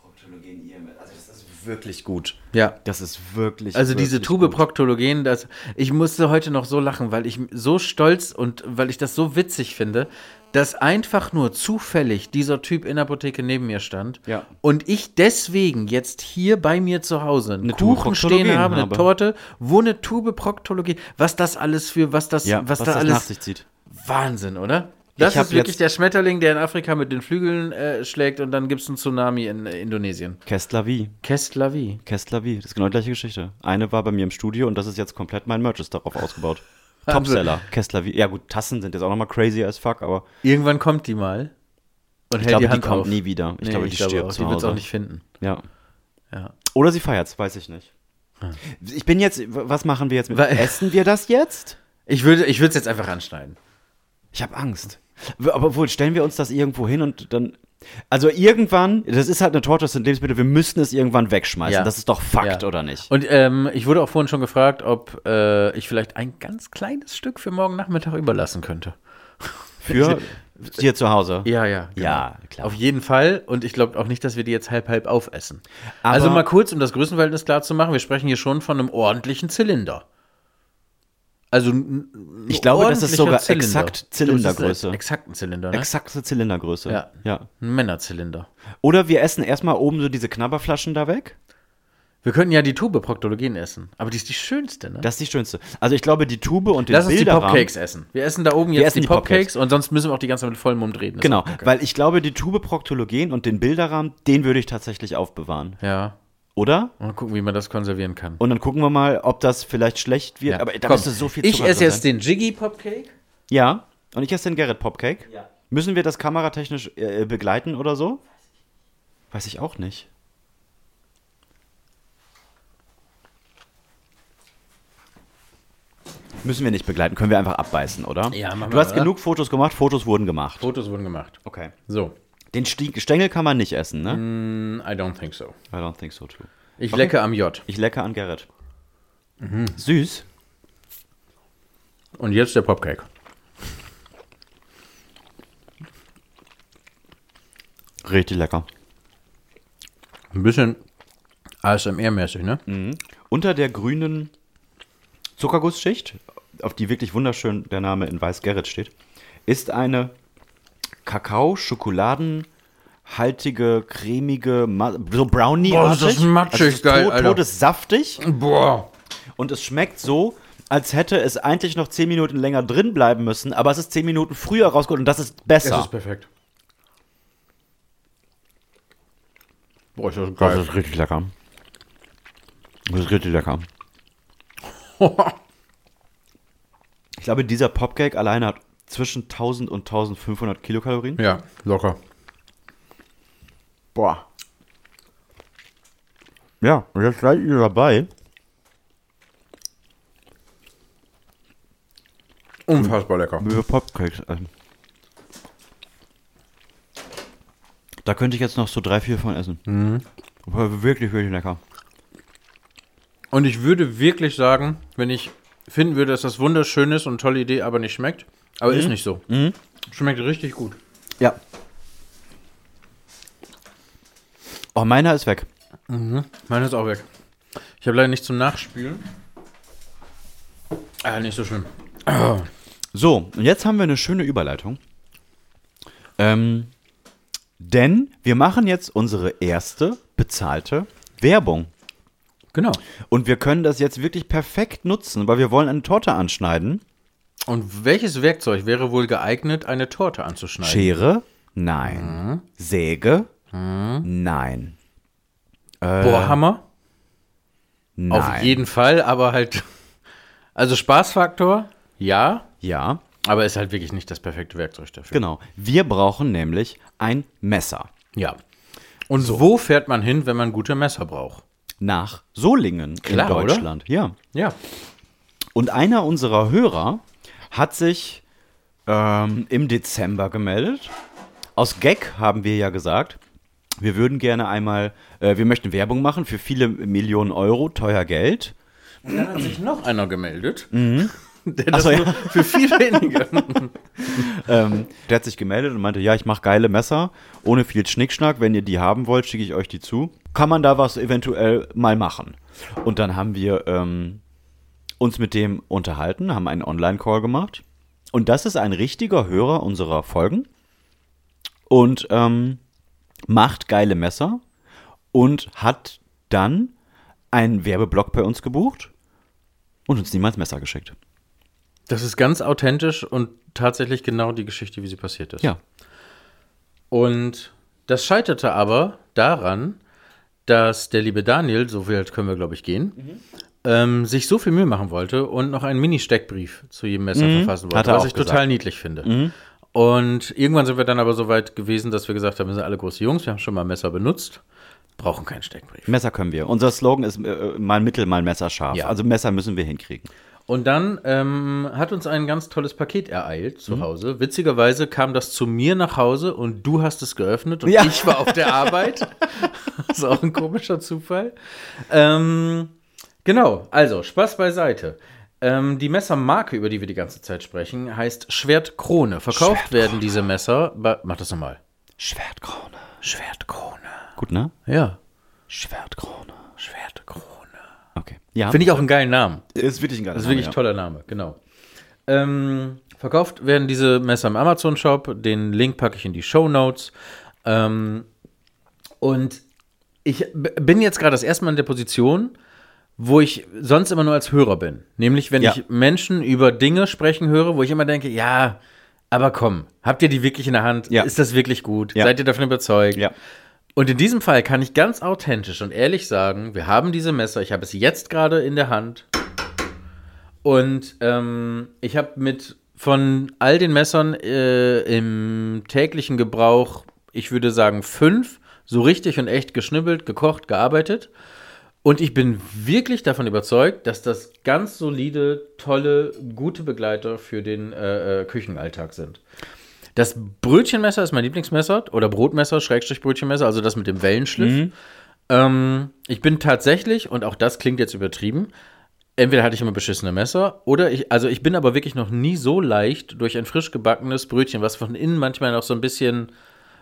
Speaker 4: Proktologen IMS. Also das ist wirklich gut.
Speaker 1: Ja.
Speaker 4: Das ist wirklich
Speaker 1: Also diese
Speaker 4: wirklich
Speaker 1: Tube
Speaker 4: gut.
Speaker 1: Proktologen, das, ich musste heute noch so lachen, weil ich so stolz und weil ich das so witzig finde, dass einfach nur zufällig dieser Typ in der Apotheke neben mir stand
Speaker 4: Ja.
Speaker 1: und ich deswegen jetzt hier bei mir zu Hause einen
Speaker 4: Tube
Speaker 1: Kuchen stehen
Speaker 4: Proktologen
Speaker 1: habe, eine
Speaker 4: habe.
Speaker 1: Torte, wo eine Tube Proktologen, was das alles für, was das,
Speaker 4: ja,
Speaker 1: was, da
Speaker 4: das nach
Speaker 1: alles
Speaker 4: sich zieht.
Speaker 1: Wahnsinn, oder? Das
Speaker 4: Ich hab
Speaker 1: ist wirklich
Speaker 4: jetzt-
Speaker 1: der Schmetterling, der in Afrika mit den Flügeln äh, schlägt und dann gibt es einen Tsunami in äh, Indonesien.
Speaker 4: Kestler wie?
Speaker 1: Kestlavi.
Speaker 4: Kestler wie? Das ist genau die gleiche Geschichte. Eine war bei mir im Studio und das ist jetzt komplett mein Merch ist darauf ausgebaut. Topseller. Kestler wie? Ja gut, Tassen sind jetzt auch nochmal crazy as fuck, aber
Speaker 1: Irgendwann kommt die mal und hält
Speaker 4: ich glaube,
Speaker 1: die
Speaker 4: die,
Speaker 1: Hand
Speaker 4: kommt
Speaker 1: auf.
Speaker 4: nie wieder. Ich
Speaker 1: Nee,
Speaker 4: glaube, die stirbt
Speaker 1: auch,
Speaker 4: zu
Speaker 1: Die wird es
Speaker 4: Hause.
Speaker 1: auch nicht finden.
Speaker 4: Ja.
Speaker 1: Ja.
Speaker 4: Oder sie feiert's, weiß ich nicht. Ich
Speaker 2: [laughs]
Speaker 4: bin jetzt, was machen wir jetzt mit?
Speaker 1: Ah. Weil-
Speaker 4: Essen wir das jetzt?
Speaker 1: Ich würde es jetzt einfach anschneiden.
Speaker 2: Ich habe Angst. W- Aber wohl, stellen wir uns das irgendwo hin und dann. Also irgendwann, das ist halt eine Torte, das sind Lebensmittel, wir müssten es irgendwann wegschmeißen.
Speaker 1: Ja.
Speaker 2: Das ist doch Fakt,
Speaker 1: Ja.
Speaker 2: oder nicht?
Speaker 1: Und ähm, ich wurde auch vorhin schon gefragt, ob äh, ich vielleicht ein ganz kleines Stück für morgen Nachmittag überlassen könnte.
Speaker 2: Für hier zu Hause.
Speaker 1: Ja, ja.
Speaker 2: Ja, klar.
Speaker 1: Auf jeden Fall. Und ich glaube auch nicht, dass wir die jetzt halb halb aufessen.
Speaker 2: Aber-
Speaker 1: also mal kurz, um das Größenverhältnis klar zu machen, wir sprechen hier schon von einem ordentlichen Zylinder. Also ein- ein
Speaker 2: Ich glaube, das ist
Speaker 1: ordentlicher
Speaker 2: sogar exakt
Speaker 1: Das ist
Speaker 2: Zylindergröße.
Speaker 1: ein- Exakt ein Zylinder, ne?
Speaker 2: Exakte Zylindergröße.
Speaker 1: Ja.
Speaker 2: ja.
Speaker 1: Ein Männerzylinder.
Speaker 2: Oder wir essen erstmal oben so diese Knabberflaschen da weg.
Speaker 1: Wir könnten ja die Tube Proktologen essen, aber die ist die schönste, ne?
Speaker 2: Das ist die schönste. Also ich glaube, die Tube und den
Speaker 1: Lass uns die
Speaker 2: Bilderrahmen.
Speaker 1: Popcakes essen. Wir essen da oben
Speaker 2: Wir
Speaker 1: jetzt
Speaker 2: essen
Speaker 1: die
Speaker 2: die Popcakes.
Speaker 1: Popcakes und sonst müssen wir auch die ganze Zeit mit vollem Mund reden. Das
Speaker 2: Genau,
Speaker 1: ist auch kacke.
Speaker 2: weil ich glaube, die Tube Proktologen und den Bilderrahmen, den würde ich tatsächlich aufbewahren.
Speaker 1: Ja.
Speaker 2: Oder?
Speaker 1: Und dann gucken, wie man das konservieren kann.
Speaker 2: Und dann gucken wir mal, ob das vielleicht schlecht wird.
Speaker 1: Ja.
Speaker 2: Aber da
Speaker 1: Komm,
Speaker 2: müsste so viel
Speaker 1: Ich
Speaker 2: Zucker
Speaker 1: esse
Speaker 2: drin
Speaker 1: jetzt
Speaker 2: sein.
Speaker 1: den Jiggy Popcake.
Speaker 2: Ja, und ich esse den Gerrit Popcake. Müssen wir das kameratechnisch äh, begleiten oder so? Weiß ich auch nicht. Müssen wir nicht begleiten, können wir einfach abbeißen, oder?
Speaker 1: Ja, machen
Speaker 2: Du
Speaker 1: wir,
Speaker 2: hast
Speaker 1: oder?
Speaker 2: genug Fotos gemacht, Fotos wurden gemacht.
Speaker 1: Fotos wurden gemacht.
Speaker 2: Okay.
Speaker 1: So.
Speaker 2: Den Sti- Stängel kann man nicht essen, ne?
Speaker 1: I don't think so.
Speaker 2: I don't think so too.
Speaker 1: Ich lecke am J.
Speaker 2: Ich lecke an Gerrit. Süß.
Speaker 1: Und jetzt der Popcake.
Speaker 2: Richtig lecker.
Speaker 1: Ein bisschen ASMR-mäßig, ne?
Speaker 2: Mhm. Unter der grünen Zuckergussschicht, auf die wirklich wunderschön der Name in Weiß Gerrit steht, ist eine Kakao-Schokoladenhaltige, cremige, Ma- so Also brownie
Speaker 1: Boah, das ist matschig geil, Alter.
Speaker 2: todessaftig
Speaker 1: Boah.
Speaker 2: und es schmeckt so, als hätte es eigentlich noch 10 Minuten länger drin bleiben müssen, aber es ist 10 Minuten früher rausgeholt und das ist
Speaker 1: Das
Speaker 2: besser.
Speaker 1: ist perfekt. Boah, ist das
Speaker 2: Boah,
Speaker 1: geil.
Speaker 2: ist richtig lecker. Das ist richtig lecker. Ich glaube, dieser Popcake alleine hat zwischen 1000 und 1500 Kilokalorien.
Speaker 1: ja, locker.
Speaker 2: Boah. Ja, und jetzt seid ihr dabei.
Speaker 1: Unfassbar lecker.
Speaker 2: Wie wir Popcakes essen. Da könnte ich jetzt noch so drei, vier von essen. Mhm. Aber wirklich, wirklich lecker.
Speaker 1: Und ich würde wirklich sagen, wenn ich finden würde, dass das wunderschön ist und tolle Idee, aber nicht schmeckt. Aber
Speaker 2: Mhm.
Speaker 1: ist nicht so. Schmeckt richtig gut.
Speaker 2: Ja. Oh, meiner ist weg.
Speaker 1: Meine ist auch weg. Ich habe leider nichts zum Nachspielen. Ah, nicht so schlimm.
Speaker 2: So, und jetzt haben wir eine schöne Überleitung. Ähm, denn wir machen jetzt unsere erste bezahlte Werbung.
Speaker 1: Genau.
Speaker 2: Und wir können das jetzt wirklich perfekt nutzen, weil wir wollen eine Torte anschneiden.
Speaker 1: Und welches Werkzeug wäre wohl geeignet, eine Torte anzuschneiden?
Speaker 2: Schere? Nein.
Speaker 1: Hm.
Speaker 2: Säge? Nein.
Speaker 1: Bohrhammer?
Speaker 2: Nein.
Speaker 1: Auf jeden Fall, aber halt. [laughs] Also Spaßfaktor, ja,
Speaker 2: Ja,
Speaker 1: aber ist halt wirklich nicht das perfekte Werkzeug dafür.
Speaker 2: genau. Wir brauchen nämlich ein Messer.
Speaker 1: Ja. Und wo fährt man hin, wenn man gute Messer braucht?
Speaker 2: Nach Solingen
Speaker 1: Klar,
Speaker 2: in
Speaker 1: oder?
Speaker 2: Deutschland. Ja.
Speaker 1: Ja.
Speaker 2: Und einer unserer Hörer hat sich ähm, im Dezember gemeldet. Aus Gag haben wir ja gesagt, wir würden gerne einmal, äh, wir möchten Werbung machen für viele Millionen Euro, teuer Geld.
Speaker 1: Dann hat sich noch einer gemeldet, [laughs] der
Speaker 2: Ach
Speaker 1: das
Speaker 2: so, ja.
Speaker 1: nur für viel weniger.
Speaker 2: Ähm, der hat sich gemeldet und meinte, ja, ich mache geile Messer, ohne viel Schnickschnack. Wenn ihr die haben wollt, schicke ich euch die zu. Kann man da was eventuell mal machen? Und dann haben wir ähm, uns mit dem unterhalten, haben einen Online-Call gemacht. Und das ist ein richtiger Hörer unserer Folgen und ähm, macht geile Messer und hat dann einen Werbeblock bei uns gebucht und uns niemals Messer geschickt.
Speaker 1: Das ist ganz authentisch und tatsächlich genau die Geschichte, wie sie passiert ist.
Speaker 2: Ja.
Speaker 1: Und das scheiterte aber daran, dass der liebe Daniel, so weit können wir, glaube ich, gehen, ähm, sich so viel Mühe machen wollte und noch einen Mini-Steckbrief zu jedem Messer verfassen wollte,
Speaker 2: Mhm. Hat er
Speaker 1: was
Speaker 2: auch
Speaker 1: ich
Speaker 2: gesagt. Mhm.
Speaker 1: total niedlich finde. Und irgendwann sind wir dann aber so weit gewesen, dass wir gesagt haben, wir sind alle große Jungs, wir haben schon mal Messer benutzt, brauchen keinen Steckbrief.
Speaker 2: Messer können wir. Unser Slogan ist äh, mal Mittel, mal Messer scharf.
Speaker 1: Ja.
Speaker 2: Also Messer müssen wir hinkriegen.
Speaker 1: Und dann ähm, hat uns ein ganz tolles Paket ereilt zu Hause. Witzigerweise kam das zu mir nach Hause und du hast es geöffnet und
Speaker 4: Ja.
Speaker 1: ich war auf der [laughs] Arbeit. das ist auch ein komischer Zufall. Ähm, genau, also Spaß beiseite. Ähm, die Messermarke, über die wir die ganze Zeit sprechen, heißt Schwertkrone. Verkauft werden diese Messer. Bei, mach das nochmal.
Speaker 4: Schwertkrone.
Speaker 1: Schwertkrone.
Speaker 4: Gut, ne?
Speaker 1: Ja.
Speaker 4: Schwertkrone.
Speaker 1: Schwertkrone.
Speaker 4: Okay. Ja.
Speaker 1: Finde ich auch einen geilen Namen.
Speaker 4: ist wirklich ein geiler
Speaker 1: Das ist wirklich ein toller Name, genau. Ähm, verkauft werden diese Messer im Amazon-Shop. Den Link packe ich in die Show Notes. Ähm, und ich b- bin jetzt gerade das erste Mal in der Position, wo ich sonst immer nur als Hörer bin. Nämlich, wenn
Speaker 4: Ja.
Speaker 1: ich Menschen über Dinge sprechen höre, wo ich immer denke, ja, aber komm, habt ihr die wirklich in der Hand?
Speaker 4: Ja.
Speaker 1: Ist das wirklich gut?
Speaker 4: Ja.
Speaker 1: Seid ihr davon überzeugt?
Speaker 4: Ja.
Speaker 1: Und in diesem Fall kann ich ganz authentisch und ehrlich sagen, wir haben diese Messer, ich habe es jetzt gerade in der Hand. Und ähm, ich habe mit von all den Messern äh, im täglichen Gebrauch, ich würde sagen, fünf so richtig und echt geschnibbelt, gekocht, gearbeitet. Und ich bin wirklich davon überzeugt, dass das ganz solide, tolle, gute Begleiter für den äh, äh, Küchenalltag sind. Das Brötchenmesser ist mein Lieblingsmesser oder Brotmesser, Schrägstrich Brötchenmesser, also das mit dem Wellenschliff. Ähm, ich bin tatsächlich, und auch das klingt jetzt übertrieben, entweder hatte ich immer beschissene Messer oder ich, also ich bin aber wirklich noch nie so leicht durch ein frisch gebackenes Brötchen, was von innen manchmal noch so ein bisschen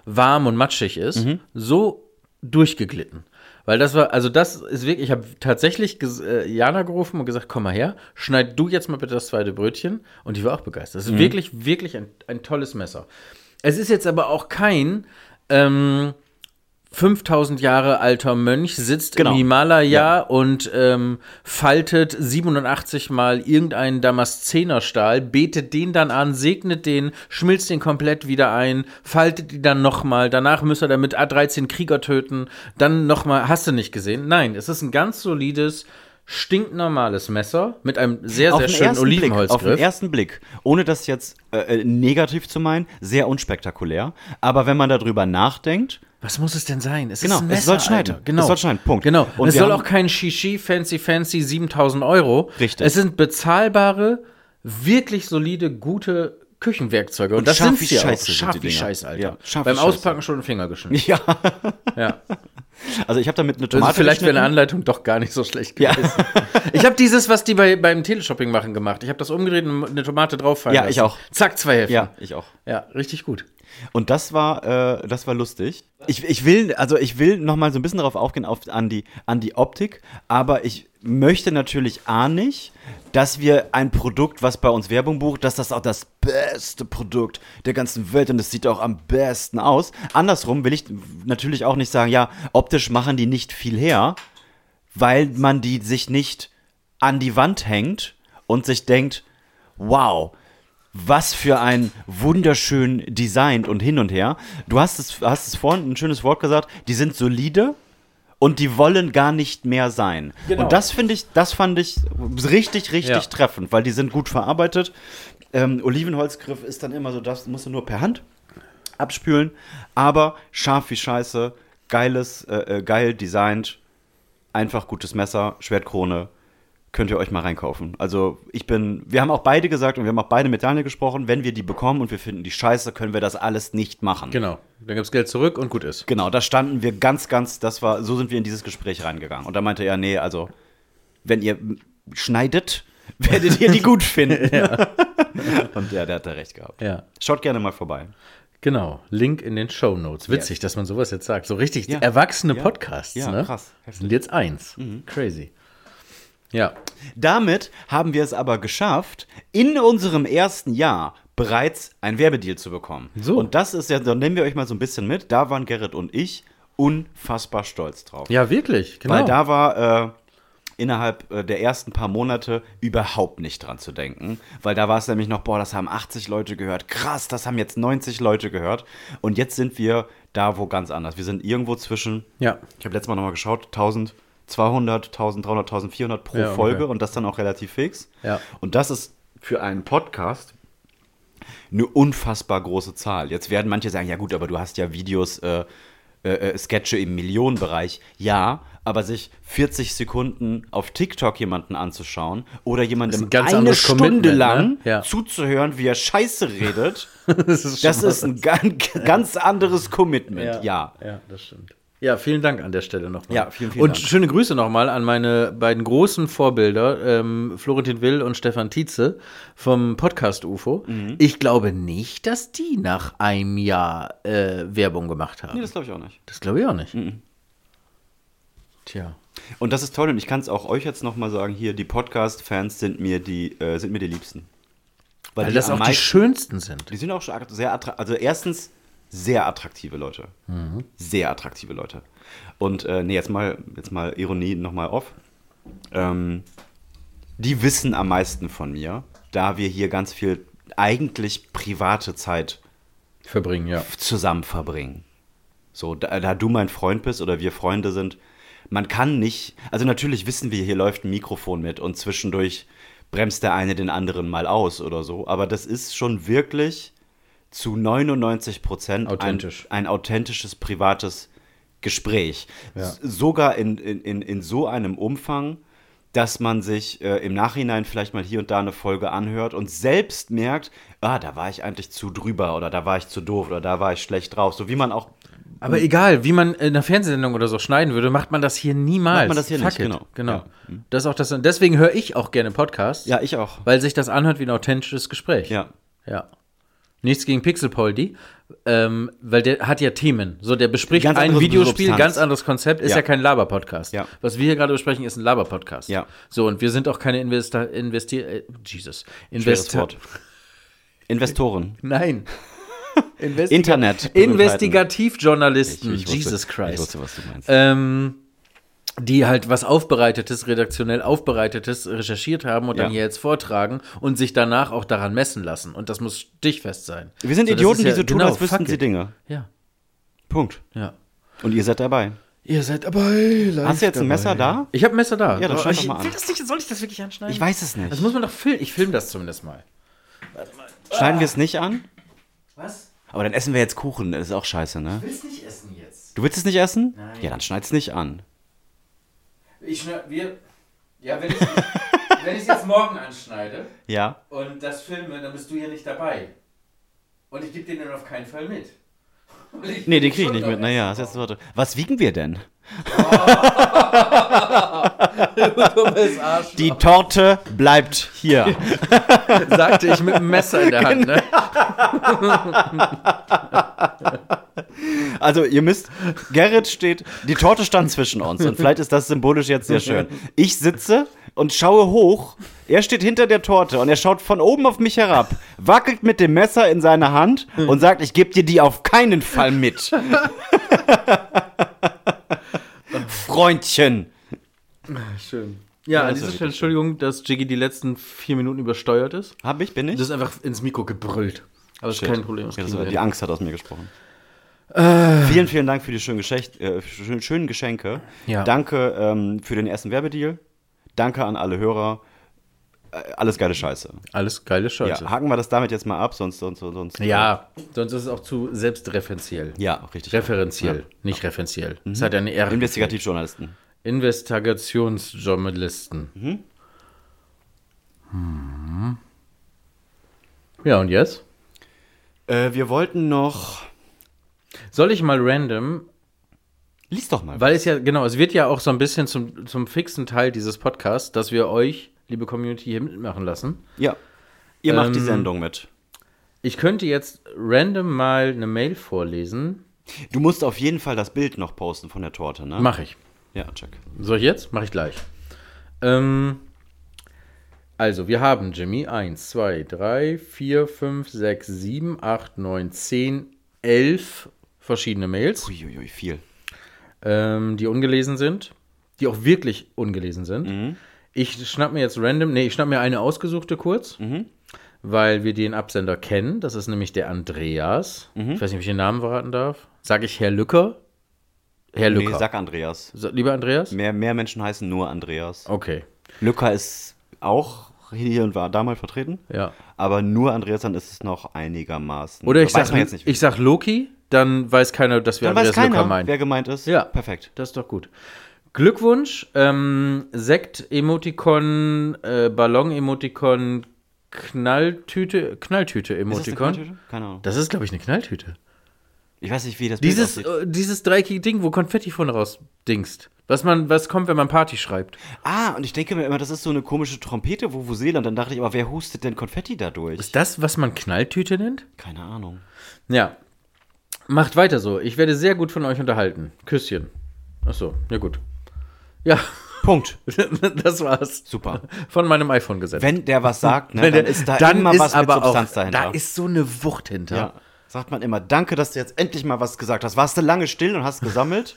Speaker 1: warm und matschig ist, so durchgeglitten. Weil das war, also das ist wirklich, ich habe tatsächlich ges- äh, Jana gerufen und gesagt, komm mal her, schneid du jetzt mal bitte das zweite Brötchen. Und die war auch begeistert. Das ist wirklich, wirklich ein, ein tolles Messer. Es ist jetzt aber auch kein ähm, 5000 Jahre alter Mönch, sitzt
Speaker 4: Genau.
Speaker 1: im Himalaya und ähm, faltet 87 mal irgendeinen Damaszenerstahl, betet den dann an, segnet den, schmilzt den komplett wieder ein, faltet die dann nochmal. Danach müsste er damit A13 Krieger töten, dann nochmal. Hast du nicht gesehen? Nein, es ist ein ganz solides, stinknormales Messer mit einem sehr,
Speaker 4: Auf
Speaker 1: sehr
Speaker 4: den
Speaker 1: schönen
Speaker 4: ersten Blick, auf den
Speaker 1: Olivenholzgriff.
Speaker 4: ersten Blick, ohne das jetzt äh, äh, negativ zu meinen, sehr unspektakulär. Aber wenn man darüber nachdenkt,
Speaker 1: Was muss es denn sein? Es
Speaker 4: Genau,
Speaker 1: ist ein
Speaker 4: es
Speaker 1: Messer,
Speaker 4: soll schneiden.
Speaker 1: Alter. Genau.
Speaker 4: Es soll schneiden, Punkt.
Speaker 1: Genau.
Speaker 4: Und
Speaker 1: es
Speaker 4: wir
Speaker 1: soll
Speaker 4: haben-
Speaker 1: auch kein Shishi Fancy Fancy 7000 Euro.
Speaker 4: Richtig.
Speaker 1: Es sind bezahlbare, wirklich solide, gute Küchenwerkzeuge. Und, das
Speaker 4: scharf
Speaker 1: sind
Speaker 4: wie
Speaker 1: sie auch.
Speaker 4: Scheiße sind
Speaker 1: Scharf
Speaker 4: die
Speaker 1: wie
Speaker 4: Dinger.
Speaker 1: Scheiße, Alter.
Speaker 4: Ja, scharf wie
Speaker 1: Beim
Speaker 4: Scheiße.
Speaker 1: Auspacken schon den
Speaker 4: [laughs]
Speaker 1: Finger geschnitten.
Speaker 4: [laughs] ja,
Speaker 1: Ja.
Speaker 4: also ich habe damit eine
Speaker 1: Also
Speaker 4: Tomate
Speaker 1: vielleicht wäre eine
Speaker 4: geschnitten.
Speaker 1: Anleitung doch gar nicht so schlecht
Speaker 4: Ja.
Speaker 1: gewesen. Ich habe dieses, was die bei, beim Teleshopping machen, gemacht. Ich habe das umgedreht und eine Tomate drauffallen
Speaker 4: Ja,
Speaker 1: lassen.
Speaker 4: ich auch.
Speaker 1: Zack, zwei Hälften.
Speaker 4: Ja, ich auch.
Speaker 1: ja, richtig gut.
Speaker 4: Und das war, äh, das war lustig. Ich, ich will, also ich will noch mal so ein bisschen darauf aufgehen auf, an die, an die Optik, aber ich möchte natürlich a nicht, dass wir ein Produkt, was bei uns Werbung bucht, dass das auch das beste Produkt der ganzen Welt und es sieht auch am besten aus. Andersrum will ich natürlich auch nicht sagen, ja, optisch machen die nicht viel her, weil man die sich nicht an die Wand hängt und sich denkt, wow, was für ein wunderschön Design und hin und her. Du hast es, hast es vorhin ein schönes Wort gesagt, die sind solide und die wollen gar nicht mehr sein.
Speaker 1: Genau.
Speaker 4: Und das finde ich, das fand ich richtig, richtig
Speaker 1: Ja.
Speaker 4: treffend, weil die sind gut verarbeitet. Ähm, Olivenholzgriff ist dann immer so, das musst du nur per Hand abspülen, aber scharf wie Scheiße, geiles, äh, äh, geil designt, einfach gutes Messer, Schwertkrone, könnt ihr euch mal reinkaufen. Also ich bin, wir haben auch beide gesagt und wir haben auch beide mit Daniel gesprochen, wenn wir die bekommen und wir finden die Scheiße, können wir das alles nicht machen.
Speaker 1: Genau. Dann gibt's Geld zurück und gut ist.
Speaker 4: Genau, da standen wir ganz, ganz, das war, so sind wir in dieses Gespräch reingegangen. Und da meinte er, nee, also, wenn ihr schneidet, [laughs] werdet ihr die gut
Speaker 1: [laughs]
Speaker 4: finden. [laughs] Und ja, der hat da recht gehabt.
Speaker 1: Ja.
Speaker 4: Schaut gerne mal vorbei.
Speaker 1: Genau, Link in den Show Notes. Witzig, dass man sowas jetzt sagt. So richtig
Speaker 4: Ja.
Speaker 1: erwachsene
Speaker 4: Ja.
Speaker 1: Podcasts.
Speaker 4: Ja,
Speaker 1: ne?
Speaker 4: krass. Heftig.
Speaker 1: Sind jetzt eins.
Speaker 2: Mhm.
Speaker 1: Crazy. Ja,
Speaker 4: Damit haben wir es aber geschafft, in unserem ersten Jahr bereits einen Werbedeal zu bekommen.
Speaker 1: So.
Speaker 4: Und das ist ja, dann nehmen wir euch mal so ein bisschen mit. Da waren Gerrit und ich unfassbar stolz drauf.
Speaker 1: ja, wirklich. Genau.
Speaker 4: Weil da war äh, innerhalb äh, der ersten paar Monate überhaupt nicht dran zu denken. Weil da war es nämlich noch, boah, das haben 80 Leute gehört. Krass, das haben jetzt 90 Leute gehört. Und jetzt sind wir da wo ganz anders. Wir sind irgendwo zwischen,
Speaker 1: Ja.
Speaker 4: ich habe letztes Mal nochmal geschaut, 1200, 1300, 1400 pro
Speaker 1: Ja, okay.
Speaker 4: Folge und das dann auch relativ fix.
Speaker 1: Ja.
Speaker 4: Und das ist für einen Podcast eine unfassbar große Zahl. Jetzt werden manche sagen, ja gut, aber du hast ja Videos äh,
Speaker 2: äh, äh, Sketche im Millionenbereich, ja, aber sich 40 Sekunden auf TikTok jemanden anzuschauen oder jemandem
Speaker 1: ein ganz
Speaker 2: eine
Speaker 1: anderes
Speaker 2: Stunde
Speaker 1: Commitment,
Speaker 2: lang
Speaker 1: ne? Ja.
Speaker 2: zuzuhören, wie er Scheiße redet,
Speaker 1: [laughs] Das ist,
Speaker 2: das ist ein ganz, ganz anderes Commitment, ja.
Speaker 1: ja. Ja, das stimmt. Ja, vielen Dank an der Stelle nochmal.
Speaker 2: Ja, vielen, vielen
Speaker 1: und
Speaker 2: Dank.
Speaker 1: schöne Grüße nochmal an meine beiden großen Vorbilder, ähm, Florentin Will und Stefan Tietze vom Podcast UFO.
Speaker 2: Mhm.
Speaker 1: Ich glaube nicht, dass die nach einem Jahr äh, Werbung gemacht haben.
Speaker 2: Nee, das
Speaker 1: das
Speaker 2: glaube ich auch nicht.
Speaker 1: glaube ich auch nicht.
Speaker 2: Mhm.
Speaker 1: Tja.
Speaker 2: Und das ist toll und ich kann es auch euch jetzt nochmal sagen, hier, die Podcast-Fans sind mir die, äh, sind mir die Liebsten.
Speaker 4: Also
Speaker 2: Weil,
Speaker 1: Weil
Speaker 2: die
Speaker 1: das
Speaker 2: am
Speaker 1: auch die
Speaker 2: meisten-
Speaker 1: schönsten sind.
Speaker 2: Die sind auch schon attra- sehr attraktiv. Also erstens sehr attraktive Leute.
Speaker 4: Mhm.
Speaker 2: Sehr attraktive Leute. Und äh, nee, jetzt mal, jetzt mal Ironie nochmal off. Ähm, die wissen am meisten von mir, da wir hier ganz viel eigentlich private Zeit
Speaker 1: Verbringen, ja.
Speaker 2: zusammen verbringen. So, da, da du mein Freund bist oder wir Freunde sind, man kann nicht, also natürlich wissen wir, hier läuft ein Mikrofon mit und zwischendurch bremst der eine den anderen mal aus oder so, aber das ist schon wirklich zu 99 Prozent
Speaker 1: Authentisch.
Speaker 2: Ein, ein authentisches, privates Gespräch. S- Sogar in, in, in, in so einem Umfang, dass man sich äh, im Nachhinein vielleicht mal hier und da eine Folge anhört und selbst merkt, ah, da war ich eigentlich zu drüber oder da war ich zu doof oder da war ich schlecht drauf. So wie man auch
Speaker 1: Aber
Speaker 2: Mhm.
Speaker 1: egal, wie man in einer Fernsehsendung oder so schneiden würde, macht man das hier niemals.
Speaker 2: Macht man das hier nicht,
Speaker 1: it.
Speaker 2: genau.
Speaker 1: genau. Das ist auch das, deswegen höre ich auch gerne Podcasts.
Speaker 2: Ja, ich auch.
Speaker 1: Weil sich das anhört wie ein authentisches Gespräch.
Speaker 2: Ja.
Speaker 1: Ja. Nichts gegen Pixelpoldi, ähm, weil der hat ja Themen. So, der bespricht
Speaker 2: Ganz
Speaker 1: ein
Speaker 2: andere
Speaker 1: Videospiel,
Speaker 2: Substanz.
Speaker 1: ganz anderes Konzept, ist ja,
Speaker 2: Ja.
Speaker 1: kein Laber-Podcast.
Speaker 2: Ja.
Speaker 1: Was wir hier gerade besprechen, ist ein Laber-Podcast.
Speaker 2: Ja.
Speaker 1: So, und wir sind auch keine Investor, Investier, äh, Jesus,
Speaker 2: Schweres
Speaker 1: Investor.
Speaker 2: Wort. Investoren.
Speaker 1: [laughs]
Speaker 2: [laughs]
Speaker 1: Nein. Investiga
Speaker 2: Internet.
Speaker 1: Investigativjournalisten,
Speaker 2: Ich- ich wusste-
Speaker 1: Jesus Christ.
Speaker 2: ich wusste, was du meinst.
Speaker 1: Ähm, die halt was Aufbereitetes, redaktionell Aufbereitetes recherchiert haben und
Speaker 2: Ja.
Speaker 1: dann hier jetzt vortragen und sich danach auch daran messen lassen. Und das muss stichfest sein.
Speaker 2: Wir sind
Speaker 1: So, das
Speaker 2: Idioten,
Speaker 1: ist ja-
Speaker 2: die so tun,
Speaker 1: genau,
Speaker 2: als wüssten
Speaker 1: fuck
Speaker 2: sie
Speaker 1: it.
Speaker 2: Dinge.
Speaker 1: Ja,
Speaker 2: Punkt.
Speaker 1: ja.
Speaker 2: Und ihr seid dabei.
Speaker 1: Ihr seid dabei.
Speaker 2: Hast du jetzt ein Messer da?
Speaker 1: Ich habe ein Messer da.
Speaker 2: Ja, dann
Speaker 1: Aber
Speaker 2: schneid
Speaker 1: ich-
Speaker 2: doch mal an.
Speaker 1: das nicht, soll ich das wirklich anschneiden?
Speaker 2: Ich weiß es nicht.
Speaker 1: Das muss man doch filmen. Ich filme das zumindest mal.
Speaker 2: Schneiden wir es nicht an?
Speaker 1: Was?
Speaker 2: Aber dann essen wir jetzt Kuchen. Das ist auch scheiße, ne?
Speaker 1: Willst nicht essen jetzt?
Speaker 2: Du willst es nicht essen? Ja, dann schneid's nicht an.
Speaker 1: Ich schneide. Wir. Ja, wenn ich [laughs] wenn ich jetzt morgen anschneide.
Speaker 2: Ja.
Speaker 1: und das filme, dann bist du ja nicht dabei. Und ich gebe den dann auf keinen Fall mit.
Speaker 2: Nee, den krieg ich nicht mit. Naja, das ist jetzt Worte. Was wiegen wir denn?
Speaker 1: Dummes Arsch,
Speaker 2: Die Torte bleibt
Speaker 1: [laughs]
Speaker 2: hier.
Speaker 1: sagte ich mit einem Messer in der Hand. Ne?
Speaker 2: Also ihr müsst, Gerrit steht, die Torte stand zwischen uns und vielleicht ist das symbolisch jetzt sehr schön. Ich sitze und schaue hoch, er steht hinter der Torte und er schaut von oben auf mich herab, wackelt mit dem Messer in seiner Hand und sagt, ich gebe dir die auf keinen Fall mit. [laughs] Freundchen.
Speaker 1: Schön. Ja, an
Speaker 2: das
Speaker 1: dieser
Speaker 2: ist
Speaker 1: Stelle Entschuldigung, dass Jiggy die letzten vier Minuten übersteuert ist.
Speaker 2: Hab ich, bin ich?
Speaker 1: Das ist einfach ins Mikro gebrüllt. Aber das ist kein Problem. Das
Speaker 2: Ja, das
Speaker 1: kriegen
Speaker 2: war,
Speaker 1: wir
Speaker 2: die
Speaker 1: hin.
Speaker 2: Angst hat aus mir gesprochen. Vielen, vielen Dank für die schönen, Geschenk, äh, schönen, schönen Geschenke.
Speaker 1: Ja.
Speaker 2: Danke ähm, für den ersten Werbedeal. Danke an alle Hörer. Äh, alles geile Scheiße.
Speaker 1: Alles geile Scheiße.
Speaker 2: Ja, haken wir das damit jetzt mal ab, sonst, sonst, sonst.
Speaker 1: Ja, sonst ist es auch zu selbstreferenziell.
Speaker 2: Ja, richtig.
Speaker 1: Referenziell, nicht referenziell. Es hat eine R.
Speaker 2: Investigativjournalisten.
Speaker 1: Investigationsjournalisten. Mhm. Ja, und jetzt?
Speaker 2: Äh, wir wollten noch.
Speaker 1: Soll ich mal random,
Speaker 2: Lies doch mal.
Speaker 1: weil es ja, genau, es wird ja auch so ein bisschen zum, zum fixen Teil dieses Podcasts, dass wir euch, liebe Community, hier mitmachen lassen.
Speaker 2: ja. Ihr macht die
Speaker 1: Ähm,
Speaker 2: Sendung mit.
Speaker 1: Ich könnte jetzt random mal eine Mail vorlesen.
Speaker 2: Du musst auf jeden Fall das Bild noch posten von der Torte, ne?
Speaker 1: Mache ich.
Speaker 2: Ja, check.
Speaker 1: Soll ich jetzt? Mache ich gleich. Ähm, also, wir haben Jimmy 1, 2, 3, 4, 5, 6, 7, 8, 9, 10, 11 verschiedene Mails,
Speaker 2: Uiuiui, viel.
Speaker 1: ähm, die ungelesen sind, die auch wirklich ungelesen sind.
Speaker 2: Mhm.
Speaker 1: Ich schnapp mir jetzt random, nee, ich schnapp mir eine ausgesuchte kurz,
Speaker 2: Mhm.
Speaker 1: weil wir den Absender kennen. Das ist nämlich der Andreas.
Speaker 2: Mhm.
Speaker 1: Ich weiß nicht, ob ich den Namen verraten darf. Sag ich Herr Lücker? Herr Lücker.
Speaker 2: Nee, sag Andreas.
Speaker 1: So, Lieber Andreas?
Speaker 2: Mehr, mehr Menschen heißen nur Andreas.
Speaker 1: Okay,
Speaker 2: Lücker ist auch hier und war da mal vertreten.
Speaker 1: ja.
Speaker 2: Aber nur Andreas, dann ist es noch einigermaßen.
Speaker 1: Oder ich
Speaker 2: Weiß
Speaker 1: sag,
Speaker 2: man jetzt nicht.
Speaker 1: ich sag Loki, dann weiß keiner, dass wir
Speaker 2: Dann weiß
Speaker 1: Andreas Lücker
Speaker 2: keiner,
Speaker 1: meinen.
Speaker 2: wer gemeint ist.
Speaker 1: Ja.
Speaker 2: Perfekt.
Speaker 1: Das ist doch gut. Glückwunsch, ähm, Sekt-Emotikon, äh, Ballon-Emotikon, Knalltüte,
Speaker 2: Ist das eine
Speaker 1: Knalltüte-Emotikon.
Speaker 2: Knalltüte? Keine Ahnung.
Speaker 1: Das ist, glaube ich, eine Knalltüte.
Speaker 2: Ich weiß nicht, wie das Bild
Speaker 1: Dieses,
Speaker 2: aussieht.
Speaker 1: äh, dieses dreieckige Ding, wo Konfetti von rausdingst. Was, man, was kommt, wenn man Party schreibt?
Speaker 2: Ah, und ich denke mir immer, das ist so eine komische Trompete, wo Wuseland. Dann dachte ich, aber wer hustet denn Konfetti dadurch?
Speaker 1: Ist das, was man Knalltüte nennt?
Speaker 2: Keine Ahnung.
Speaker 1: Ja. Macht weiter so. Ich werde sehr gut von euch unterhalten. Küsschen. Achso, ja gut. Ja,
Speaker 2: Punkt.
Speaker 1: [laughs] das war's.
Speaker 2: Super. [laughs]
Speaker 1: Von meinem iPhone gesetzt.
Speaker 2: Wenn der was sagt, ne,
Speaker 1: Wenn
Speaker 2: dann
Speaker 1: der-
Speaker 2: ist da immer was mit Substanz dahinter.
Speaker 1: Da ist so eine Wucht hinter.
Speaker 2: ja. Sagt man immer, danke, dass du jetzt endlich mal was gesagt hast. Warst du lange still und
Speaker 1: [laughs]
Speaker 2: hast gesammelt?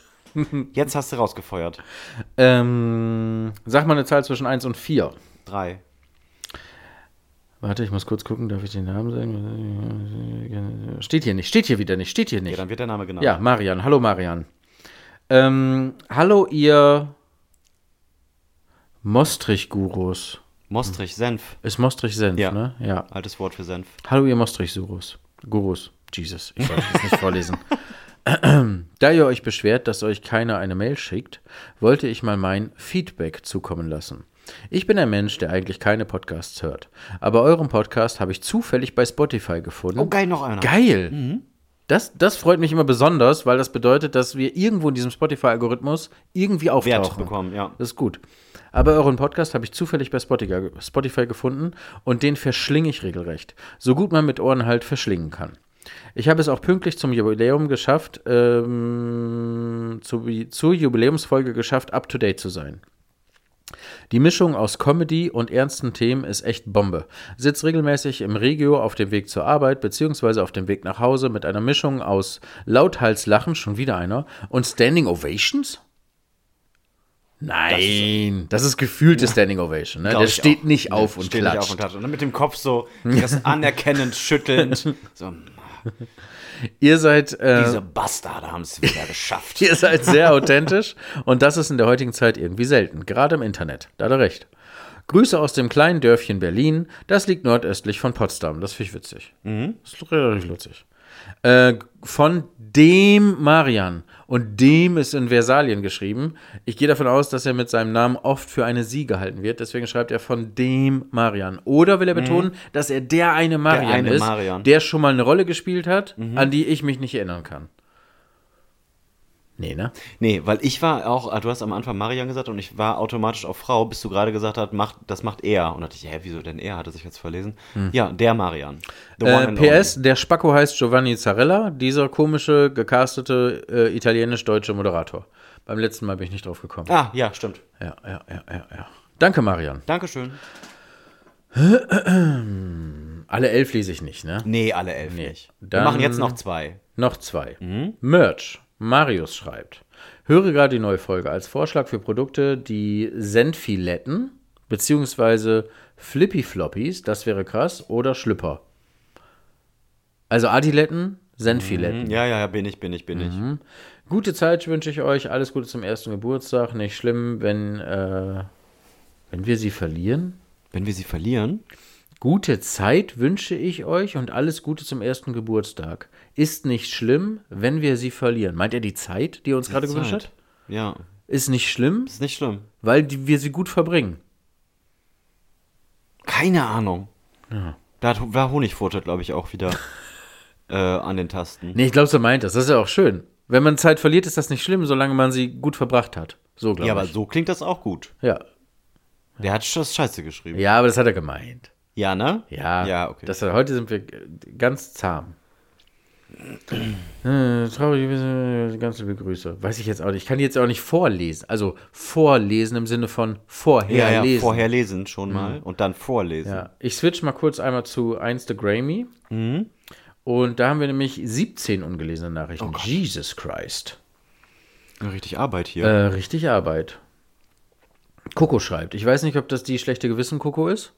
Speaker 2: jetzt hast du rausgefeuert.
Speaker 1: Ähm, sag mal eine Zahl zwischen 1 und 4.
Speaker 2: Drei.
Speaker 1: Warte, ich muss kurz gucken, darf ich den Namen sagen? Steht hier nicht, steht hier wieder nicht, steht hier
Speaker 2: Ja,
Speaker 1: nicht.
Speaker 2: dann wird der Name genannt.
Speaker 1: Ja, Marian. Hallo, Marian. Ähm, hallo, ihr Mostrich-Gurus.
Speaker 2: Mostrich, Senf.
Speaker 1: Ist Mostrich-Senf,
Speaker 2: Ja.
Speaker 1: ne? Ja.
Speaker 2: Altes Wort für Senf.
Speaker 1: Hallo, ihr Mostrich-Gurus. Gurus. Jesus, ich wollte das nicht vorlesen. [clears throat] Da ihr euch beschwert, dass euch keiner eine Mail schickt, wollte ich mal mein Feedback zukommen lassen. Ich bin ein Mensch, der eigentlich keine Podcasts hört. Aber euren Podcast habe ich zufällig bei Spotify gefunden.
Speaker 2: Oh, geil, noch einer.
Speaker 1: Geil! Das, das freut mich immer besonders, weil das bedeutet, dass wir irgendwo in diesem Spotify-Algorithmus irgendwie
Speaker 2: Wert
Speaker 1: auftauchen.
Speaker 2: bekommen, ja.
Speaker 1: Das ist gut. Aber euren Podcast habe ich zufällig bei Spotika- Spotify gefunden und den verschlinge ich regelrecht. So gut man mit Ohren halt verschlingen kann. Ich habe es auch pünktlich zum Jubiläum geschafft, ähm, zu, zur Jubiläumsfolge geschafft, up to date zu sein. Die Mischung aus Comedy und ernsten Themen ist echt Bombe. Sitz regelmäßig im Regio auf dem Weg zur Arbeit bzw. auf dem Weg nach Hause mit einer Mischung aus lauthals Lachen, schon wieder einer, und Standing Ovations? Nein, das ist, gefühlte Standing Ovation. Ne?
Speaker 2: Glaub
Speaker 1: Der
Speaker 2: ich
Speaker 1: steht
Speaker 2: auch.
Speaker 1: nicht
Speaker 2: Nee,
Speaker 1: auf und
Speaker 2: steht
Speaker 1: klatscht.
Speaker 2: Nicht auf und klatscht. Und dann mit dem Kopf so, das
Speaker 1: [laughs]
Speaker 2: anerkennend schüttelnd. So,
Speaker 1: Ihr seid äh,
Speaker 2: diese Bastarde haben es wieder geschafft.
Speaker 1: [laughs] Ihr seid sehr authentisch und das ist in der heutigen Zeit irgendwie selten, gerade im Internet. Da hat er recht. Grüße aus dem kleinen Dörfchen Berlin. Das liegt nordöstlich von Potsdam. Das finde ich witzig. Das ist relativ lustig. Äh, von dem Marian. Und dem ist in Versalien geschrieben. Ich gehe davon aus, dass er mit seinem Namen oft für eine Sie gehalten wird. Deswegen schreibt er von dem Marian. Oder will er betonen, dass er der eine Marian
Speaker 2: Mhm. eine
Speaker 1: ist,
Speaker 2: Marian. Mhm.
Speaker 1: der schon mal eine Rolle gespielt hat, an die ich mich nicht erinnern kann. Nee, ne?
Speaker 2: Nee, weil ich war auch, ah, du hast am Anfang Marian gesagt und ich war automatisch auf Frau, bis du gerade gesagt hast, macht, das macht er. Und da dachte ich, hä, wieso denn er? Hatte sich jetzt verlesen. Ja, der Marian. The one
Speaker 1: Hm. Äh,
Speaker 2: and
Speaker 1: PS, der Spacko heißt Giovanni Zarella, dieser komische, gecastete äh, italienisch-deutsche Moderator. Beim letzten Mal bin ich nicht drauf gekommen.
Speaker 2: only. Ah, ja, stimmt.
Speaker 1: Ja, ja, ja, ja, ja. Danke, Marian.
Speaker 2: Dankeschön.
Speaker 1: Alle elf lese ich nicht, ne?
Speaker 2: Nee, alle elf nicht. Wir
Speaker 1: dann-
Speaker 2: machen jetzt noch zwei.
Speaker 1: Noch zwei. Merch. Marius schreibt. Höre gerade die neue Folge als Vorschlag für Produkte, die Senfiletten beziehungsweise Flippy Floppies, das wäre krass, oder Schlüpper. Also Adiletten, Senfiletten.
Speaker 2: Hm, Ja, ja, ja, bin ich, bin ich, bin
Speaker 1: Mhm.
Speaker 2: ich.
Speaker 1: Gute Zeit wünsche ich euch. Alles Gute zum ersten Geburtstag. Nicht schlimm, wenn, äh, wenn wir sie verlieren.
Speaker 2: Wenn wir sie verlieren,
Speaker 1: Gute Zeit wünsche ich euch und alles Gute zum ersten Geburtstag. Ist nicht schlimm, wenn wir sie verlieren. Meint er die Zeit, die er uns gerade gewünscht
Speaker 2: Zeit.
Speaker 1: hat?
Speaker 2: ja,
Speaker 1: Ist nicht schlimm,
Speaker 2: ist nicht schlimm.
Speaker 1: weil die, wir sie gut verbringen.
Speaker 2: Keine Ahnung. Da hat- war Honigfurte, glaube ich, auch [laughs] wieder äh, an den Tasten.
Speaker 1: Nee, ich glaube, so meint das. Das ist ja auch schön. Wenn man Zeit verliert, ist das nicht schlimm, solange man sie gut verbracht hat. So glaube
Speaker 2: ja, aber
Speaker 1: ich.
Speaker 2: so klingt das auch gut.
Speaker 1: ja.
Speaker 2: Der hat das Scheiße geschrieben.
Speaker 1: ja, aber das hat er gemeint.
Speaker 2: Ja, ne?
Speaker 1: Ja,
Speaker 2: Ja, okay.
Speaker 1: Das, heute sind wir äh, ganz zahm. Äh, Traurig, äh, ganz liebe Grüße. Weiß ich jetzt auch nicht. Ich kann die jetzt auch nicht vorlesen. Also vorlesen im Sinne von
Speaker 2: ja, ja,
Speaker 1: vorherlesen. Ja,
Speaker 2: vorher lesen Mhm. schon mal und dann vorlesen.
Speaker 1: Ich switch mal kurz einmal zu 1 the Grammy.
Speaker 2: Mhm.
Speaker 1: Und da haben wir nämlich 17 ungelesene
Speaker 2: Oh
Speaker 1: Nachrichten. Jesus Christ.
Speaker 2: Richtig Arbeit hier.
Speaker 1: Äh, richtig Arbeit. Coco schreibt. Ich weiß nicht, ob das die schlechte Gewissen Coco ist.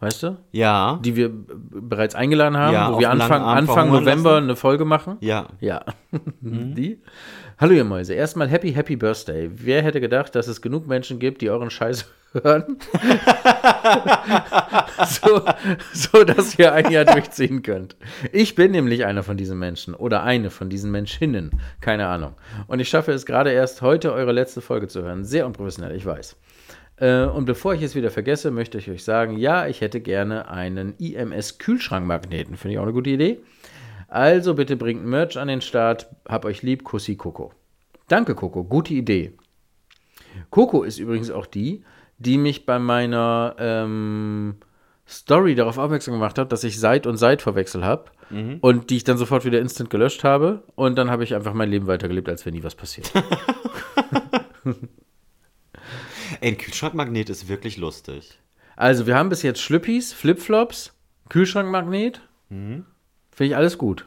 Speaker 1: weißt du?
Speaker 2: Ja.
Speaker 1: Die wir b- bereits eingeladen haben,
Speaker 2: Ja,
Speaker 1: wo
Speaker 2: auf
Speaker 1: wir
Speaker 2: einen langen
Speaker 1: Anfang,
Speaker 2: Arm
Speaker 1: Anfang
Speaker 2: verhungern
Speaker 1: November
Speaker 2: lassen.
Speaker 1: eine Folge machen.
Speaker 2: Ja.
Speaker 1: Ja. Die? Hallo ihr Mäuse. Erstmal Happy Happy Birthday. Wer hätte gedacht, dass es genug Menschen gibt, die euren Scheiß [laughs] hören? so, so, dass ihr ein Jahr durchziehen könnt. Ich bin nämlich einer von diesen Menschen oder eine von diesen Menschinnen. Keine Ahnung. Und ich schaffe es gerade erst heute, eure letzte Folge zu hören. Sehr unprofessionell, ich weiß. Äh, Und bevor ich es wieder vergesse, möchte ich euch sagen, ja, ich hätte gerne einen IMS-Kühlschrankmagneten. Finde ich auch eine gute Idee. Also bitte bringt Merch an den Start. Hab euch lieb, Kussi Coco. Danke, Coco. Gute Idee. Coco ist übrigens auch die, die mich bei meiner ähm, Story darauf aufmerksam gemacht hat, dass ich Seit und Seit verwechselt habe. Und die ich dann sofort wieder instant gelöscht habe. Und dann habe ich einfach mein Leben weitergelebt, als wäre nie was passiert.
Speaker 2: Ey, ein Kühlschrankmagnet ist wirklich lustig.
Speaker 1: also, wir haben bis jetzt Schlüppis, Flipflops, Kühlschrankmagnet. Finde ich alles gut.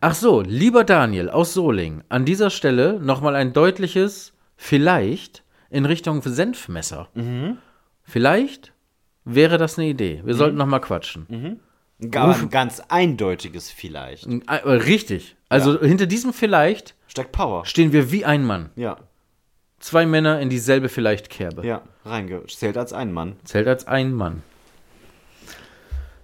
Speaker 1: Ach so, lieber Daniel aus Soling, an dieser Stelle nochmal ein deutliches Vielleicht in Richtung Senfmesser. Vielleicht wäre das eine Idee. Wir sollten nochmal quatschen.
Speaker 2: Ein ga- ein ganz eindeutiges vielleicht.
Speaker 1: Äh, Richtig. Also hinter diesem Vielleicht
Speaker 2: Steckt Power.
Speaker 1: stehen wir wie ein Mann.
Speaker 2: Ja,
Speaker 1: Zwei Männer in dieselbe Vielleicht-Kerbe.
Speaker 2: ja, reingezählt als ein Mann.
Speaker 1: Zählt als ein Mann.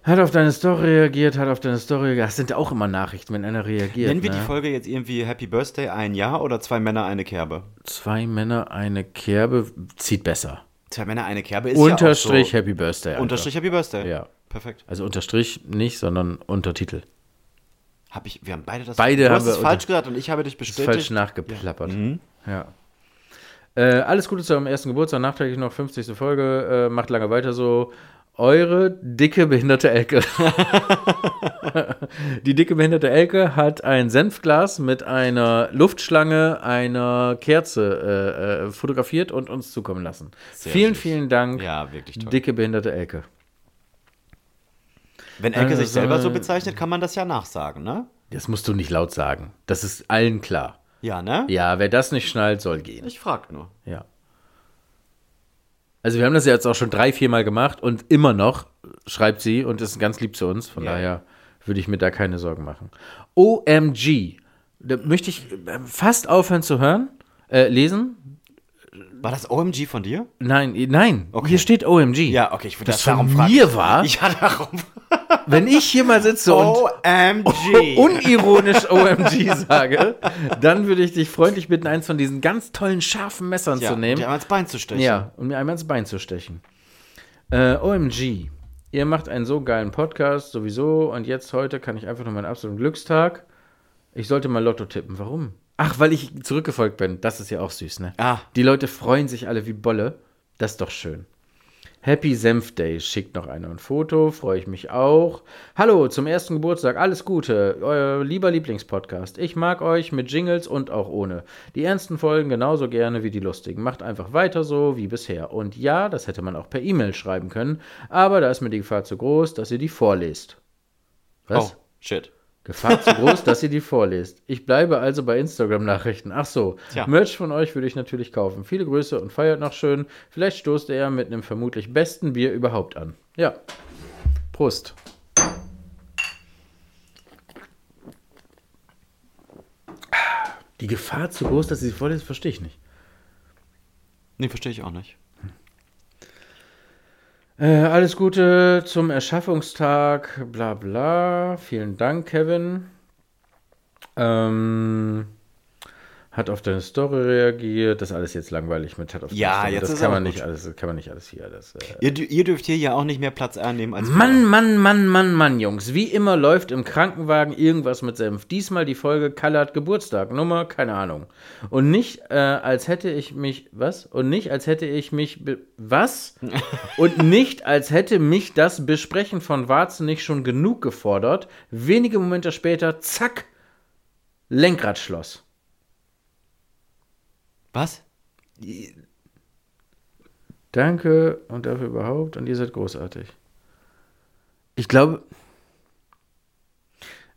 Speaker 1: Hat auf deine Story reagiert, hat auf deine Story reagiert. Das sind auch immer Nachrichten, wenn einer reagiert.
Speaker 2: Nennen wir
Speaker 1: ne?
Speaker 2: die Folge jetzt irgendwie Happy Birthday ein Jahr oder zwei Männer eine Kerbe?
Speaker 1: Zwei Männer, eine Kerbe, zieht besser.
Speaker 2: Zwei Männer eine Kerbe ist
Speaker 1: Unterstrich
Speaker 2: ja auch
Speaker 1: Happy Birthday.
Speaker 2: so.
Speaker 1: Alter.
Speaker 2: Unterstrich Happy Birthday.
Speaker 1: Ja.
Speaker 2: Perfekt.
Speaker 1: Also Unterstrich nicht, sondern Untertitel.
Speaker 2: Hab ich, wir haben beide das
Speaker 1: Beide
Speaker 2: du
Speaker 1: haben
Speaker 2: hast es
Speaker 1: wir
Speaker 2: falsch gesagt und ich habe dich
Speaker 1: Ist falsch
Speaker 2: bestätigt.
Speaker 1: nachgeplappert. Ja. Äh, alles Gute zu eurem ersten Geburtstag, nachträglich noch 50. Folge. Äh, macht lange weiter so. Eure dicke behinderte Elke. [laughs] Die dicke behinderte Elke hat ein Senfglas mit einer Luftschlange, einer Kerze äh, äh, fotografiert und uns zukommen lassen. vielen,
Speaker 2: süß.
Speaker 1: vielen Dank,
Speaker 2: Ja, wirklich toll.
Speaker 1: dicke behinderte Elke.
Speaker 2: Wenn Elke sich
Speaker 1: Also,
Speaker 2: selber so bezeichnet, kann man das ja nachsagen, ne?
Speaker 1: Das musst du nicht laut sagen. Das ist allen klar.
Speaker 2: Ja, ne?
Speaker 1: Ja, wer das nicht schnallt, soll gehen.
Speaker 2: Ich frag nur.
Speaker 1: Ja. Also wir haben das ja jetzt auch schon drei, viermal gemacht und immer noch schreibt sie und ist ganz lieb zu uns. Von
Speaker 2: Ja.
Speaker 1: daher würde ich mir da keine Sorgen machen. OMG. Da möchte ich äh, fast aufhören zu hören, äh, lesen.
Speaker 2: War das OMG von dir?
Speaker 1: Nein, äh, nein. Hier steht OMG.
Speaker 2: Ja, okay, ich würde
Speaker 1: Das
Speaker 2: das darum
Speaker 1: von
Speaker 2: fragen.
Speaker 1: mir war,
Speaker 2: Ja,
Speaker 1: [laughs]
Speaker 2: darum.
Speaker 1: wenn ich hier mal sitze und [laughs]
Speaker 2: OMG. [laughs]
Speaker 1: unironisch OMG sage, dann würde ich dich freundlich bitten, eins von diesen ganz tollen scharfen Messern
Speaker 2: ja,
Speaker 1: um zu nehmen.
Speaker 2: Dir einmal ins Bein zu stechen.
Speaker 1: Ja, und mir einmal ins Bein zu stechen. Äh, OMG, ihr macht einen so geilen Podcast sowieso und jetzt heute kann ich einfach nur meinen absoluten Glückstag. Ich sollte mal Lotto tippen. Warum? Ach, weil ich zurückgefolgt bin. Das ist ja auch süß, ne?
Speaker 2: Ah.
Speaker 1: Die Leute freuen sich alle wie Bolle. Das ist doch schön. Happy Senf Day schickt noch einer ein Foto, freue ich mich auch. Hallo zum ersten Geburtstag, alles Gute, euer lieber Lieblingspodcast. Ich mag euch mit Jingles und auch ohne. Die ernsten Folgen genauso gerne wie die lustigen. Macht einfach weiter so wie bisher. Und ja, das hätte man auch per E-Mail schreiben können, aber da ist mir die Gefahr zu groß, dass ihr die vorlest.
Speaker 2: Oh, shit.
Speaker 1: Gefahr zu groß, dass ihr die vorlest. Ich bleibe also bei Instagram-Nachrichten. Ach so,
Speaker 2: Tja.
Speaker 1: Merch von euch würde ich natürlich kaufen. Viele Grüße und feiert noch schön. Vielleicht stoßt er mit einem vermutlich besten Bier überhaupt an. Ja. Prost. Die Gefahr zu groß, dass ihr sie vorlest, verstehe ich nicht.
Speaker 2: Nee, verstehe ich auch nicht.
Speaker 1: Äh, alles Gute zum Erschaffungstag, bla bla. Vielen Dank, Kevin. Ähm, hat auf deine Story reagiert. Das ist alles jetzt langweilig mit hat auf deine
Speaker 2: Ja,
Speaker 1: Story.
Speaker 2: jetzt
Speaker 1: das
Speaker 2: ist
Speaker 1: kann
Speaker 2: aber
Speaker 1: man nicht
Speaker 2: gut.
Speaker 1: alles, das kann man nicht alles hier. Das, äh.
Speaker 2: Ihr, dü- ihr dürft hier ja auch nicht mehr Platz einnehmen als wir.
Speaker 1: Mann, Mann, Mann, Mann, Mann, Jungs. Wie immer läuft im Krankenwagen irgendwas mit Senf. Diesmal die Folge Kallert Geburtstag. Nummer, keine Ahnung. Und nicht, äh, als hätte ich mich. Was? Und nicht, als hätte ich mich. be- Was? Und nicht, als hätte mich das Besprechen von Warzen nicht schon genug gefordert. Wenige Momente später, zack, Lenkradschloss.
Speaker 2: Was?
Speaker 1: Danke und dafür überhaupt und ihr seid großartig. Ich glaube.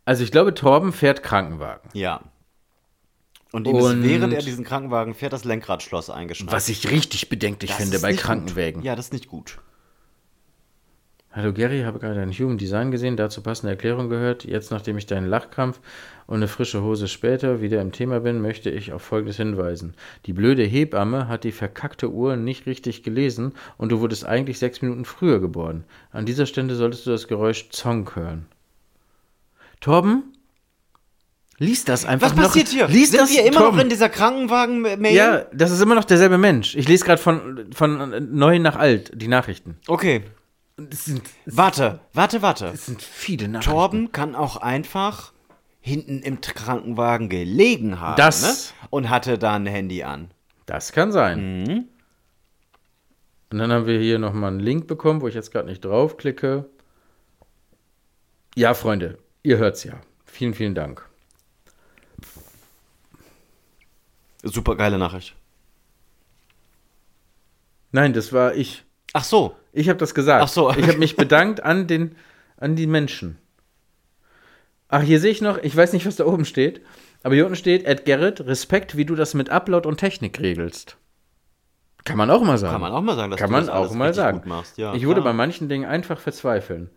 Speaker 1: Also ich glaube, Torben fährt Krankenwagen.
Speaker 2: Ja. Und ihm ist,
Speaker 1: Und-
Speaker 2: während er diesen Krankenwagen fährt, das Lenkradschloss eingeschnappt.
Speaker 1: Was ich richtig bedenklich
Speaker 2: Das
Speaker 1: finde
Speaker 2: ist
Speaker 1: bei
Speaker 2: nicht
Speaker 1: Krankenwägen.
Speaker 2: Gut. Ja, das ist nicht gut.
Speaker 1: Hallo Gary, habe gerade ein Human Design gesehen, dazu passende Erklärung gehört. Jetzt, nachdem ich deinen Lachkrampf und eine frische Hose später wieder im Thema bin, möchte ich auf Folgendes hinweisen. Die blöde Hebamme hat die verkackte Uhr nicht richtig gelesen und du wurdest eigentlich sechs Minuten früher geboren. An dieser Stelle solltest du das Geräusch Zonk hören. Torben? Lies das einfach
Speaker 2: Was
Speaker 1: noch.
Speaker 2: passiert hier?
Speaker 1: Lies
Speaker 2: Sind
Speaker 1: das,
Speaker 2: wir immer
Speaker 1: Torben.
Speaker 2: noch in dieser Krankenwagen-Mail?
Speaker 1: Ja, das ist immer noch derselbe Mensch. Ich lese gerade von, von neu nach alt die Nachrichten.
Speaker 2: Okay.
Speaker 1: Es sind,
Speaker 2: Warte, warte, warte.
Speaker 1: es sind viele Nachrichten.
Speaker 2: Torben kann auch einfach hinten im T- Krankenwagen gelegen haben.
Speaker 1: Das-
Speaker 2: Ne? Und hatte da ein Handy an.
Speaker 1: Das kann sein.
Speaker 2: Mhm.
Speaker 1: Und dann haben wir hier nochmal einen Link bekommen, wo ich jetzt gerade nicht draufklicke. Ja, Freunde, ihr hört's ja. Vielen, vielen Dank.
Speaker 2: Super geile Nachricht.
Speaker 1: Nein, das war ich.
Speaker 2: Ach so.
Speaker 1: Ich habe das gesagt.
Speaker 2: Ach so.
Speaker 1: Ich habe mich bedankt an den an die Menschen. Ach, hier sehe ich noch, ich weiß nicht, was da oben steht, aber hier unten steht, Ed Garrett, Respekt, wie du das mit Upload und Technik regelst. Kann man auch mal sagen.
Speaker 2: Kann man auch mal sagen, dass
Speaker 1: Kann
Speaker 2: du
Speaker 1: man
Speaker 2: das
Speaker 1: auch
Speaker 2: alles
Speaker 1: mal
Speaker 2: richtig
Speaker 1: sagen.
Speaker 2: gut machst. Ja,
Speaker 1: ich würde
Speaker 2: klar.
Speaker 1: bei manchen Dingen einfach verzweifeln.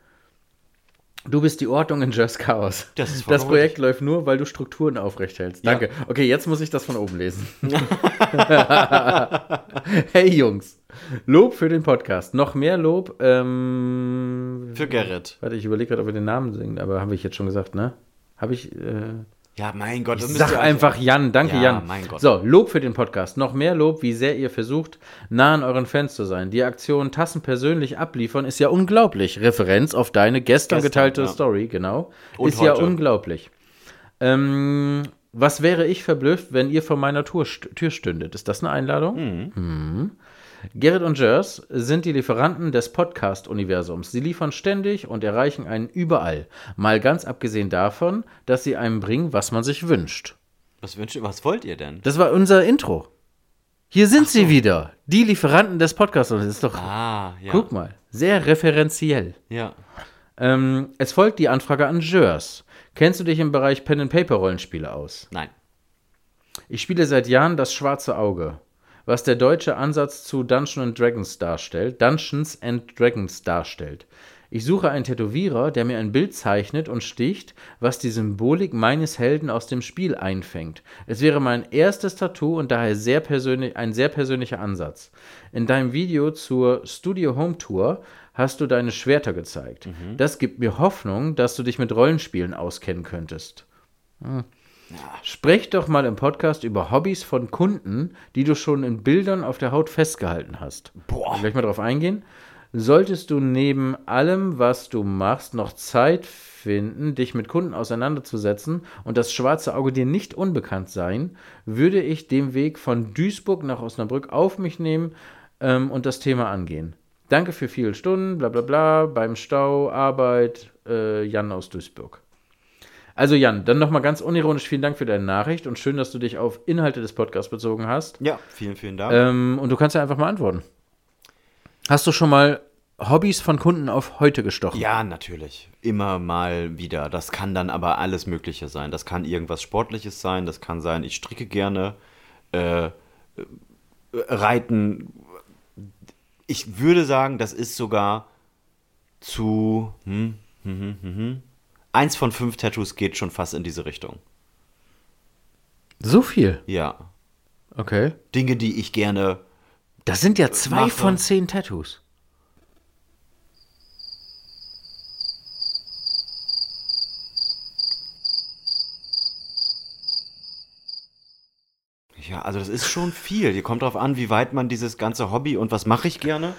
Speaker 1: Du bist die Ordnung in Just Chaos.
Speaker 2: Das ist vollkommen
Speaker 1: das Projekt läuft nur, weil du Strukturen aufrecht hältst. Danke. Okay, jetzt muss ich das von oben
Speaker 2: [laughs]
Speaker 1: lesen. [laughs] hey Jungs, Lob für den Podcast. Noch mehr Lob. Ähm,
Speaker 2: Für Gerrit.
Speaker 1: warte, ich überlege gerade, ob wir den Namen singen, aber habe ich jetzt schon gesagt, ne? Habe ich. Äh,
Speaker 2: Ja, mein Gott. das müsst
Speaker 1: Sag
Speaker 2: ihr
Speaker 1: einfach Jan, danke
Speaker 2: Ja,
Speaker 1: Jan.
Speaker 2: mein Gott.
Speaker 1: So, Lob für den Podcast. Noch mehr Lob, wie sehr ihr versucht, nah an euren Fans zu sein. Die Aktion Tassen persönlich abliefern ist ja unglaublich. Referenz auf deine gestern,
Speaker 2: Gestern,
Speaker 1: geteilte
Speaker 2: ja.
Speaker 1: Story, genau.
Speaker 2: Und
Speaker 1: ist ja
Speaker 2: heute.
Speaker 1: unglaublich. Ähm, was wäre ich verblüfft, wenn ihr vor meiner Tour, st Tür stündet? Ist das eine Einladung?
Speaker 2: Mhm.
Speaker 1: Mhm. Gerrit und Jers sind die Lieferanten des Podcast-Universums. Sie liefern ständig und erreichen einen überall. Mal ganz abgesehen davon, dass sie einem bringen, was man sich wünscht.
Speaker 2: Was, wünscht, ihr- was wollt ihr denn?
Speaker 1: Das war unser Intro. Hier sind sie wieder. Die Lieferanten des Podcasts. Und Das ist doch,
Speaker 2: Ah, ja.
Speaker 1: guck mal, sehr referenziell.
Speaker 2: Ja.
Speaker 1: Ähm, es folgt die Anfrage an Jers. Kennst du dich im Bereich Pen-and-Paper-Rollenspiele aus?
Speaker 2: Nein.
Speaker 1: Ich spiele seit Jahren das schwarze Auge, was der deutsche Ansatz zu Dungeons and Dragons darstellt, Dungeons and Dragons darstellt. Ich suche einen Tätowierer, der mir ein Bild zeichnet und sticht, was die Symbolik meines Helden aus dem Spiel einfängt. Es wäre mein erstes Tattoo und daher sehr persönlich, ein sehr persönlicher Ansatz. In deinem Video zur Studio Home Tour hast du deine Schwerter gezeigt. Das gibt mir Hoffnung, dass du dich mit Rollenspielen auskennen könntest. Sprecht doch mal im Podcast über Hobbys von Kunden, die du schon in Bildern auf der Haut festgehalten hast. Boah. Gleich mal drauf eingehen. Solltest du neben allem, was du machst, noch Zeit finden, dich mit Kunden auseinanderzusetzen und das schwarze Auge dir nicht unbekannt sein, würde ich den Weg von Duisburg nach Osnabrück auf mich nehmen ähm, und das Thema angehen. Danke für viele Stunden, bla bla bla, beim Stau, Arbeit, äh, Jan aus Duisburg. Also Jan, dann nochmal ganz unironisch vielen Dank für deine Nachricht und schön, dass du dich auf Inhalte des Podcasts bezogen hast.
Speaker 2: Ja, vielen, vielen Dank.
Speaker 1: Ähm, und du kannst ja einfach mal antworten. Hast du schon mal Hobbys von Kunden auf heute gestochen?
Speaker 2: Ja, natürlich. Immer mal wieder. Das kann dann aber alles Mögliche sein. Das kann irgendwas Sportliches sein. Das kann sein, ich stricke gerne. Äh, äh, reiten. Ich würde sagen, das ist sogar zu. Hm, hm, hm, hm, hm. Eins von fünf Tattoos geht schon fast in diese Richtung.
Speaker 1: So viel.
Speaker 2: Ja.
Speaker 1: Okay.
Speaker 2: Dinge, die ich gerne.
Speaker 1: Das sind ja zwei
Speaker 2: Mache.
Speaker 1: von zehn Tattoos.
Speaker 2: Ja, also das ist schon viel. Hier kommt drauf an, wie weit man dieses ganze Hobby und was mache ich gerne.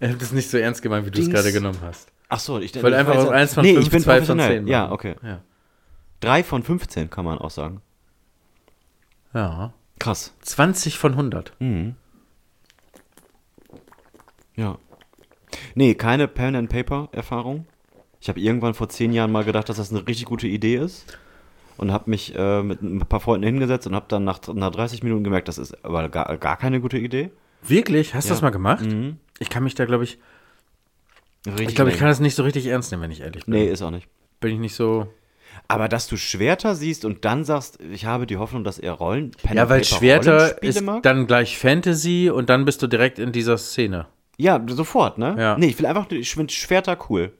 Speaker 1: Ich habe Äh, das nicht so ernst gemeint, wie du
Speaker 2: es gerade
Speaker 1: genommen hast.
Speaker 2: Ach so, ich
Speaker 1: Ich wollte einfach
Speaker 2: weiß
Speaker 1: auf
Speaker 2: ja-
Speaker 1: 1 von
Speaker 2: nee,
Speaker 1: 5,
Speaker 2: ich bin
Speaker 1: 2 von
Speaker 2: professionell.
Speaker 1: 10.
Speaker 2: Ja, okay.
Speaker 1: Ja.
Speaker 2: 3 von 15 kann man auch sagen.
Speaker 1: ja.
Speaker 2: Krass.
Speaker 1: 20 von 100.
Speaker 2: Ja. Nee, keine Pen and Paper Erfahrung. Ich habe irgendwann vor zehn Jahren mal gedacht, dass das eine richtig gute Idee ist und habe mich äh, mit ein paar Freunden hingesetzt und habe dann nach, nach 30 Minuten gemerkt, das ist aber gar, gar keine gute Idee.
Speaker 1: Wirklich? Hast du das mal gemacht? Ich kann mich da, glaube ich,
Speaker 2: Richtig
Speaker 1: ich glaube, ich
Speaker 2: lame.
Speaker 1: kann das nicht so richtig ernst nehmen, wenn ich ehrlich bin.
Speaker 2: Nee, ist auch nicht.
Speaker 1: Bin ich nicht so.
Speaker 2: Aber dass du Schwerter siehst und dann sagst, ich habe die Hoffnung, dass er Rollen Pen
Speaker 1: Ja,
Speaker 2: and
Speaker 1: weil
Speaker 2: Paper
Speaker 1: Schwerter
Speaker 2: Rollenspiele
Speaker 1: ist
Speaker 2: mag?
Speaker 1: dann gleich Fantasy und dann bist du direkt in dieser Szene.
Speaker 2: Ja, sofort, ne?
Speaker 1: Ja.
Speaker 2: Nee, ich will einfach, ich finde Schwerter cool.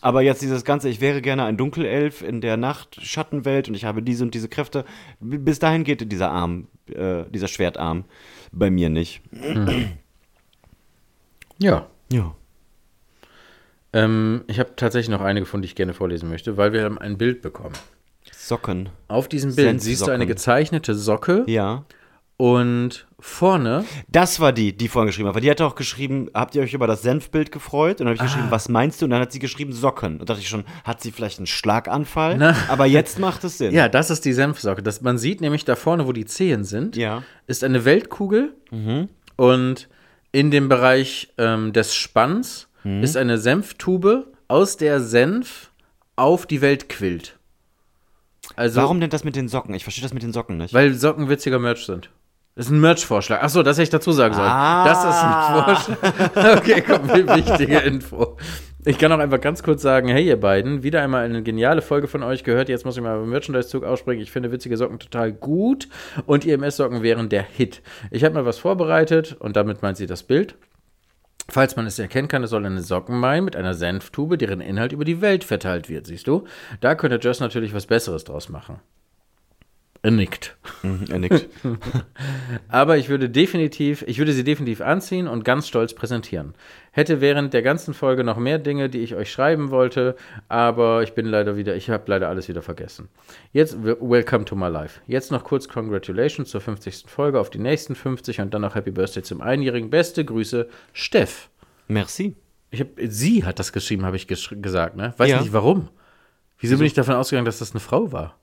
Speaker 2: Aber jetzt dieses Ganze, ich wäre gerne ein Dunkelelf in der Nacht, Schattenwelt und ich habe diese und diese Kräfte. B- Bis dahin geht dieser Arm, äh, dieser Schwertarm bei mir nicht.
Speaker 1: Ja.
Speaker 2: Ja.
Speaker 1: Ähm, ich habe tatsächlich noch eine gefunden, die ich gerne vorlesen möchte, weil wir haben ein Bild bekommen.
Speaker 2: Socken.
Speaker 1: Auf diesem Bild siehst du
Speaker 2: Senfsocken.
Speaker 1: eine gezeichnete Socke
Speaker 2: Ja.
Speaker 1: und vorne,
Speaker 2: Das war die, die vorhin geschrieben hat. Weil die hat auch geschrieben, habt ihr euch über das Senfbild gefreut? Und dann habe ich
Speaker 1: Ah.
Speaker 2: geschrieben, was meinst du? Und dann hat sie geschrieben, Socken. Und dachte ich schon, hat sie vielleicht einen Schlaganfall?
Speaker 1: Na.
Speaker 2: Aber jetzt macht es Sinn.
Speaker 1: Ne. [laughs] ja, das ist die Senfsocke. Das, man sieht nämlich da vorne, wo die Zehen sind,
Speaker 2: Ja.
Speaker 1: ist eine Weltkugel Mhm. und in dem Bereich ähm, des Spanns ist eine Senftube, aus der Senf auf die Welt quillt. Also,
Speaker 2: Warum denn das mit den Socken? Ich verstehe das mit den Socken nicht.
Speaker 1: Weil Socken witziger Merch sind. Das ist ein Merch-Vorschlag. Achso, das hätte ich dazu sagen sollen. Das ist ein Vorschlag. [laughs] Okay, komm, die wichtige Info. Ich kann auch einfach ganz kurz sagen, hey ihr beiden, wieder einmal eine geniale Folge von euch gehört. Jetzt muss ich mal beim Merchandise-Zug ausspringen. Ich finde witzige Socken total gut und IMS-Socken wären der Hit. Ich habe mal was vorbereitet und damit meint sie das Bild. Falls man es erkennen kann, es soll eine Sockenmai mit einer Senftube, deren Inhalt über die Welt verteilt wird, siehst du? Da könnte Jess natürlich was Besseres draus machen. Er nickt.
Speaker 2: Mhm,
Speaker 1: [laughs]
Speaker 2: er nickt.
Speaker 1: Aber ich würde definitiv, ich würde sie definitiv anziehen und ganz stolz präsentieren. Hätte während der ganzen Folge noch mehr Dinge, die ich euch schreiben wollte, aber ich bin leider wieder, ich habe leider alles wieder vergessen. Jetzt, w- welcome to my life. Jetzt noch kurz Congratulations zur 50. Folge, auf die nächsten 50 und dann noch Happy Birthday zum Einjährigen. Beste Grüße, Steff.
Speaker 2: Merci.
Speaker 1: Ich hab, sie hat das geschrieben, habe ich gesch gesagt, ne? Weiß
Speaker 2: Ja.
Speaker 1: nicht warum. Wieso bin ich davon ausgegangen, dass das eine Frau war?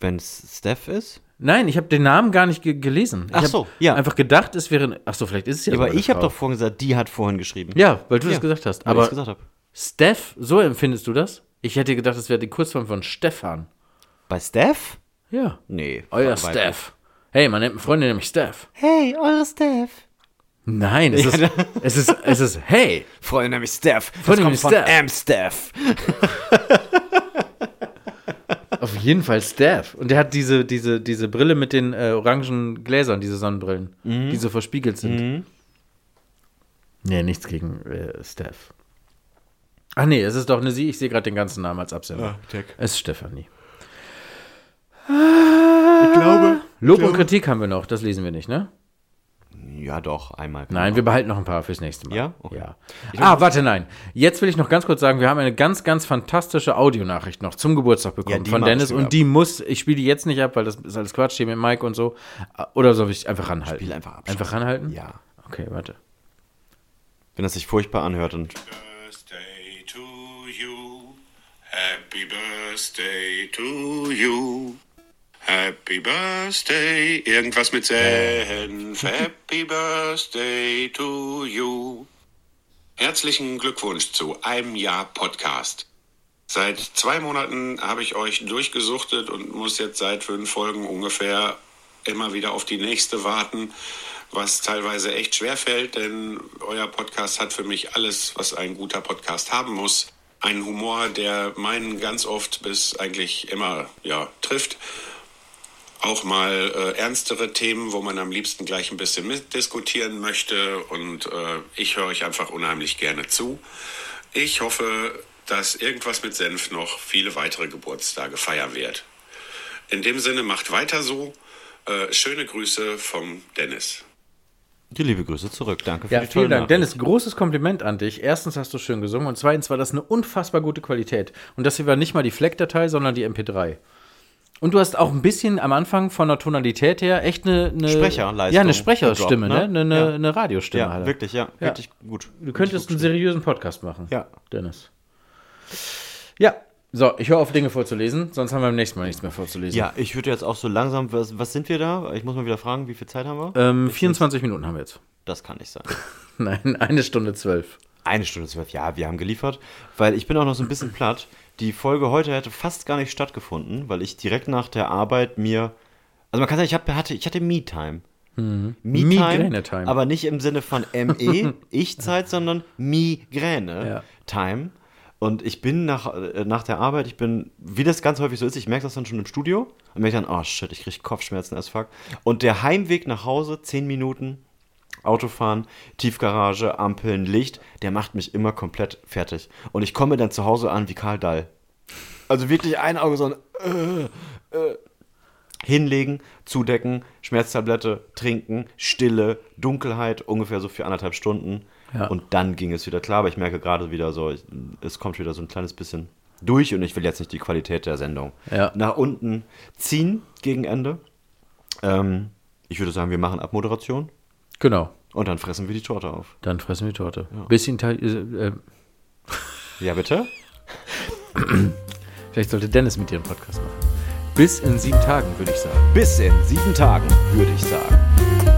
Speaker 2: Wenn es Steph ist?
Speaker 1: Nein, ich habe den Namen gar nicht ge gelesen. Ich
Speaker 2: Ach
Speaker 1: hab
Speaker 2: so, ja.
Speaker 1: Einfach gedacht, es wäre. Ach so, vielleicht ist es ja.
Speaker 2: Ja, aber
Speaker 1: sogar eine
Speaker 2: ich habe
Speaker 1: Frau.
Speaker 2: doch vorhin gesagt, die hat vorhin geschrieben.
Speaker 1: Ja, weil du
Speaker 2: Ja,
Speaker 1: das gesagt hast.
Speaker 2: weil ich's
Speaker 1: Aber
Speaker 2: gesagt hab.
Speaker 1: Steph, so empfindest du das? Ich hätte gedacht, das wäre die Kurzform von Stefan.
Speaker 2: Bei Steph?
Speaker 1: Ja.
Speaker 2: Nee.
Speaker 1: Euer
Speaker 2: weiblich.
Speaker 1: Steph. Hey, man nennt eine Freundin nämlich Steph.
Speaker 2: Hey, eure Steph.
Speaker 1: Nein, es, ist, es ist, es ist, hey.
Speaker 2: Freunde nämlich Steph. Das
Speaker 1: Freunde nämlich
Speaker 2: kommt von
Speaker 1: Steph.
Speaker 2: Am Steph.
Speaker 1: Auf jeden Fall Steph. Und der hat diese, diese, diese Brille mit den äh, orangen Gläsern, diese Sonnenbrillen,
Speaker 2: Mhm.
Speaker 1: die so verspiegelt sind. Nee, nichts gegen äh, Steph. Ach nee, es ist doch eine Sie. Ich sehe gerade den ganzen Namen als
Speaker 2: Ah,
Speaker 1: Absender. es ist Stefanie.
Speaker 2: Ich glaube.
Speaker 1: Lob und Kritik haben wir noch, das lesen wir nicht, ne?
Speaker 2: Ja, doch, einmal.
Speaker 1: Nein, wir behalten noch ein paar fürs nächste Mal.
Speaker 2: Genau. Ja? Okay.
Speaker 1: ja. Ah, warte, nein. Jetzt will ich noch ganz kurz sagen, wir haben eine ganz, ganz fantastische Audionachricht noch zum Geburtstag bekommen
Speaker 2: die
Speaker 1: von
Speaker 2: mach ich
Speaker 1: Dennis.
Speaker 2: mir ab.
Speaker 1: Und die muss, ich spiele die jetzt nicht ab, weil das ist alles Quatsch hier mit Mike und so. Äh, Oder soll ich einfach ranhalten?
Speaker 2: Spiel einfach ab.
Speaker 1: Einfach ranhalten?
Speaker 2: Ja.
Speaker 1: Okay, warte.
Speaker 2: Wenn das sich furchtbar anhört und.
Speaker 6: birthday to you. Happy birthday to you. Happy birthday. Irgendwas mit Senf. Happy birthday to you. Herzlichen Glückwunsch zu einem Jahr Podcast. Seit zwei Monaten habe ich euch durchgesuchtet und muss jetzt seit fünf Folgen ungefähr immer wieder auf die nächste warten, was teilweise echt schwer fällt, denn euer Podcast hat für mich alles, was ein guter Podcast haben muss. Einen Humor, der meinen ganz oft bis eigentlich immer ja, trifft auch mal äh, ernstere Themen, wo man am liebsten gleich ein bisschen mitdiskutieren möchte. Und äh, ich höre euch einfach unheimlich gerne zu. Ich hoffe, dass irgendwas mit Senf noch viele weitere Geburtstage feiern wird. In dem Sinne, macht weiter so. Äh, schöne Grüße vom Dennis.
Speaker 2: Die liebe Grüße zurück. Danke für
Speaker 1: Ja,
Speaker 2: die tolle
Speaker 1: vielen Dank.
Speaker 2: Nachricht.
Speaker 1: Dennis, großes Kompliment an dich. Erstens hast du schön gesungen und zweitens war das eine unfassbar gute Qualität. Und das hier war nicht mal die Fleck-Datei, sondern die MP3. Und du hast auch ein bisschen am Anfang von der Tonalität her echt eine, eine
Speaker 2: Sprecherleistung
Speaker 1: Ja, eine Sprecherstimme,
Speaker 2: gedroppt,
Speaker 1: ne?
Speaker 2: ne?
Speaker 1: Eine, eine,
Speaker 2: Ja.
Speaker 1: eine Radiostimme.
Speaker 2: Ja,
Speaker 1: hat er.
Speaker 2: wirklich, ja,
Speaker 1: Ja.
Speaker 2: Richtig gut.
Speaker 1: Du könntest einen seriösen Podcast machen.
Speaker 2: Ja.
Speaker 1: Dennis. Ja. So, ich höre auf, Dinge vorzulesen, sonst haben wir beim nächsten Mal nichts mehr vorzulesen.
Speaker 2: Ja, ich würde jetzt auch so langsam. Was, was sind wir da? Ich muss mal wieder fragen, wie viel Zeit haben wir?
Speaker 1: Ähm, 24 Minuten haben wir jetzt. [laughs]
Speaker 2: Das kann nicht sein.
Speaker 1: Nein, eine Stunde zwölf.
Speaker 2: Eine Stunde zwölf, ja, wir haben geliefert, weil ich bin auch noch so ein bisschen platt. Die Folge heute hätte fast gar nicht stattgefunden, weil ich direkt nach der Arbeit mir, also man kann sagen, ich hab, hatte, ich hatte Me-Time.
Speaker 1: Migräne-Time.
Speaker 2: aber nicht im Sinne von ME, Ich-Zeit, sondern Migräne-Time. Und ich bin nach, äh, nach der Arbeit, ich bin, wie das ganz häufig so ist, ich merke das dann schon im Studio und merke dann, oh shit, ich kriege Kopfschmerzen as fuck. Und der Heimweg nach Hause, zehn Minuten, Autofahren, Tiefgarage, Ampeln, Licht, der macht mich immer komplett fertig. Und ich komme dann zu Hause an wie Karl Dall. Also wirklich ein Auge so ein äh, äh. hinlegen, zudecken, Schmerztablette, trinken, Stille, Dunkelheit, ungefähr so für anderthalb Stunden. Und dann ging es wieder klar, aber ich merke gerade wieder so, ich, es kommt wieder so ein kleines bisschen durch und ich will jetzt nicht die Qualität der Sendung
Speaker 1: Ja.
Speaker 2: nach unten ziehen gegen Ende. Ähm, ich würde sagen, wir machen Abmoderation
Speaker 1: Genau.
Speaker 2: und dann fressen wir die Torte auf.
Speaker 1: Dann fressen wir Torte. Bisschen Teig. Äh, äh,
Speaker 2: Ja, bitte?
Speaker 1: vielleicht sollte Dennis mit dir einen Podcast machen. Bis in sieben Tagen, würde ich sagen.
Speaker 4: Bis in sieben Tagen, würde ich sagen.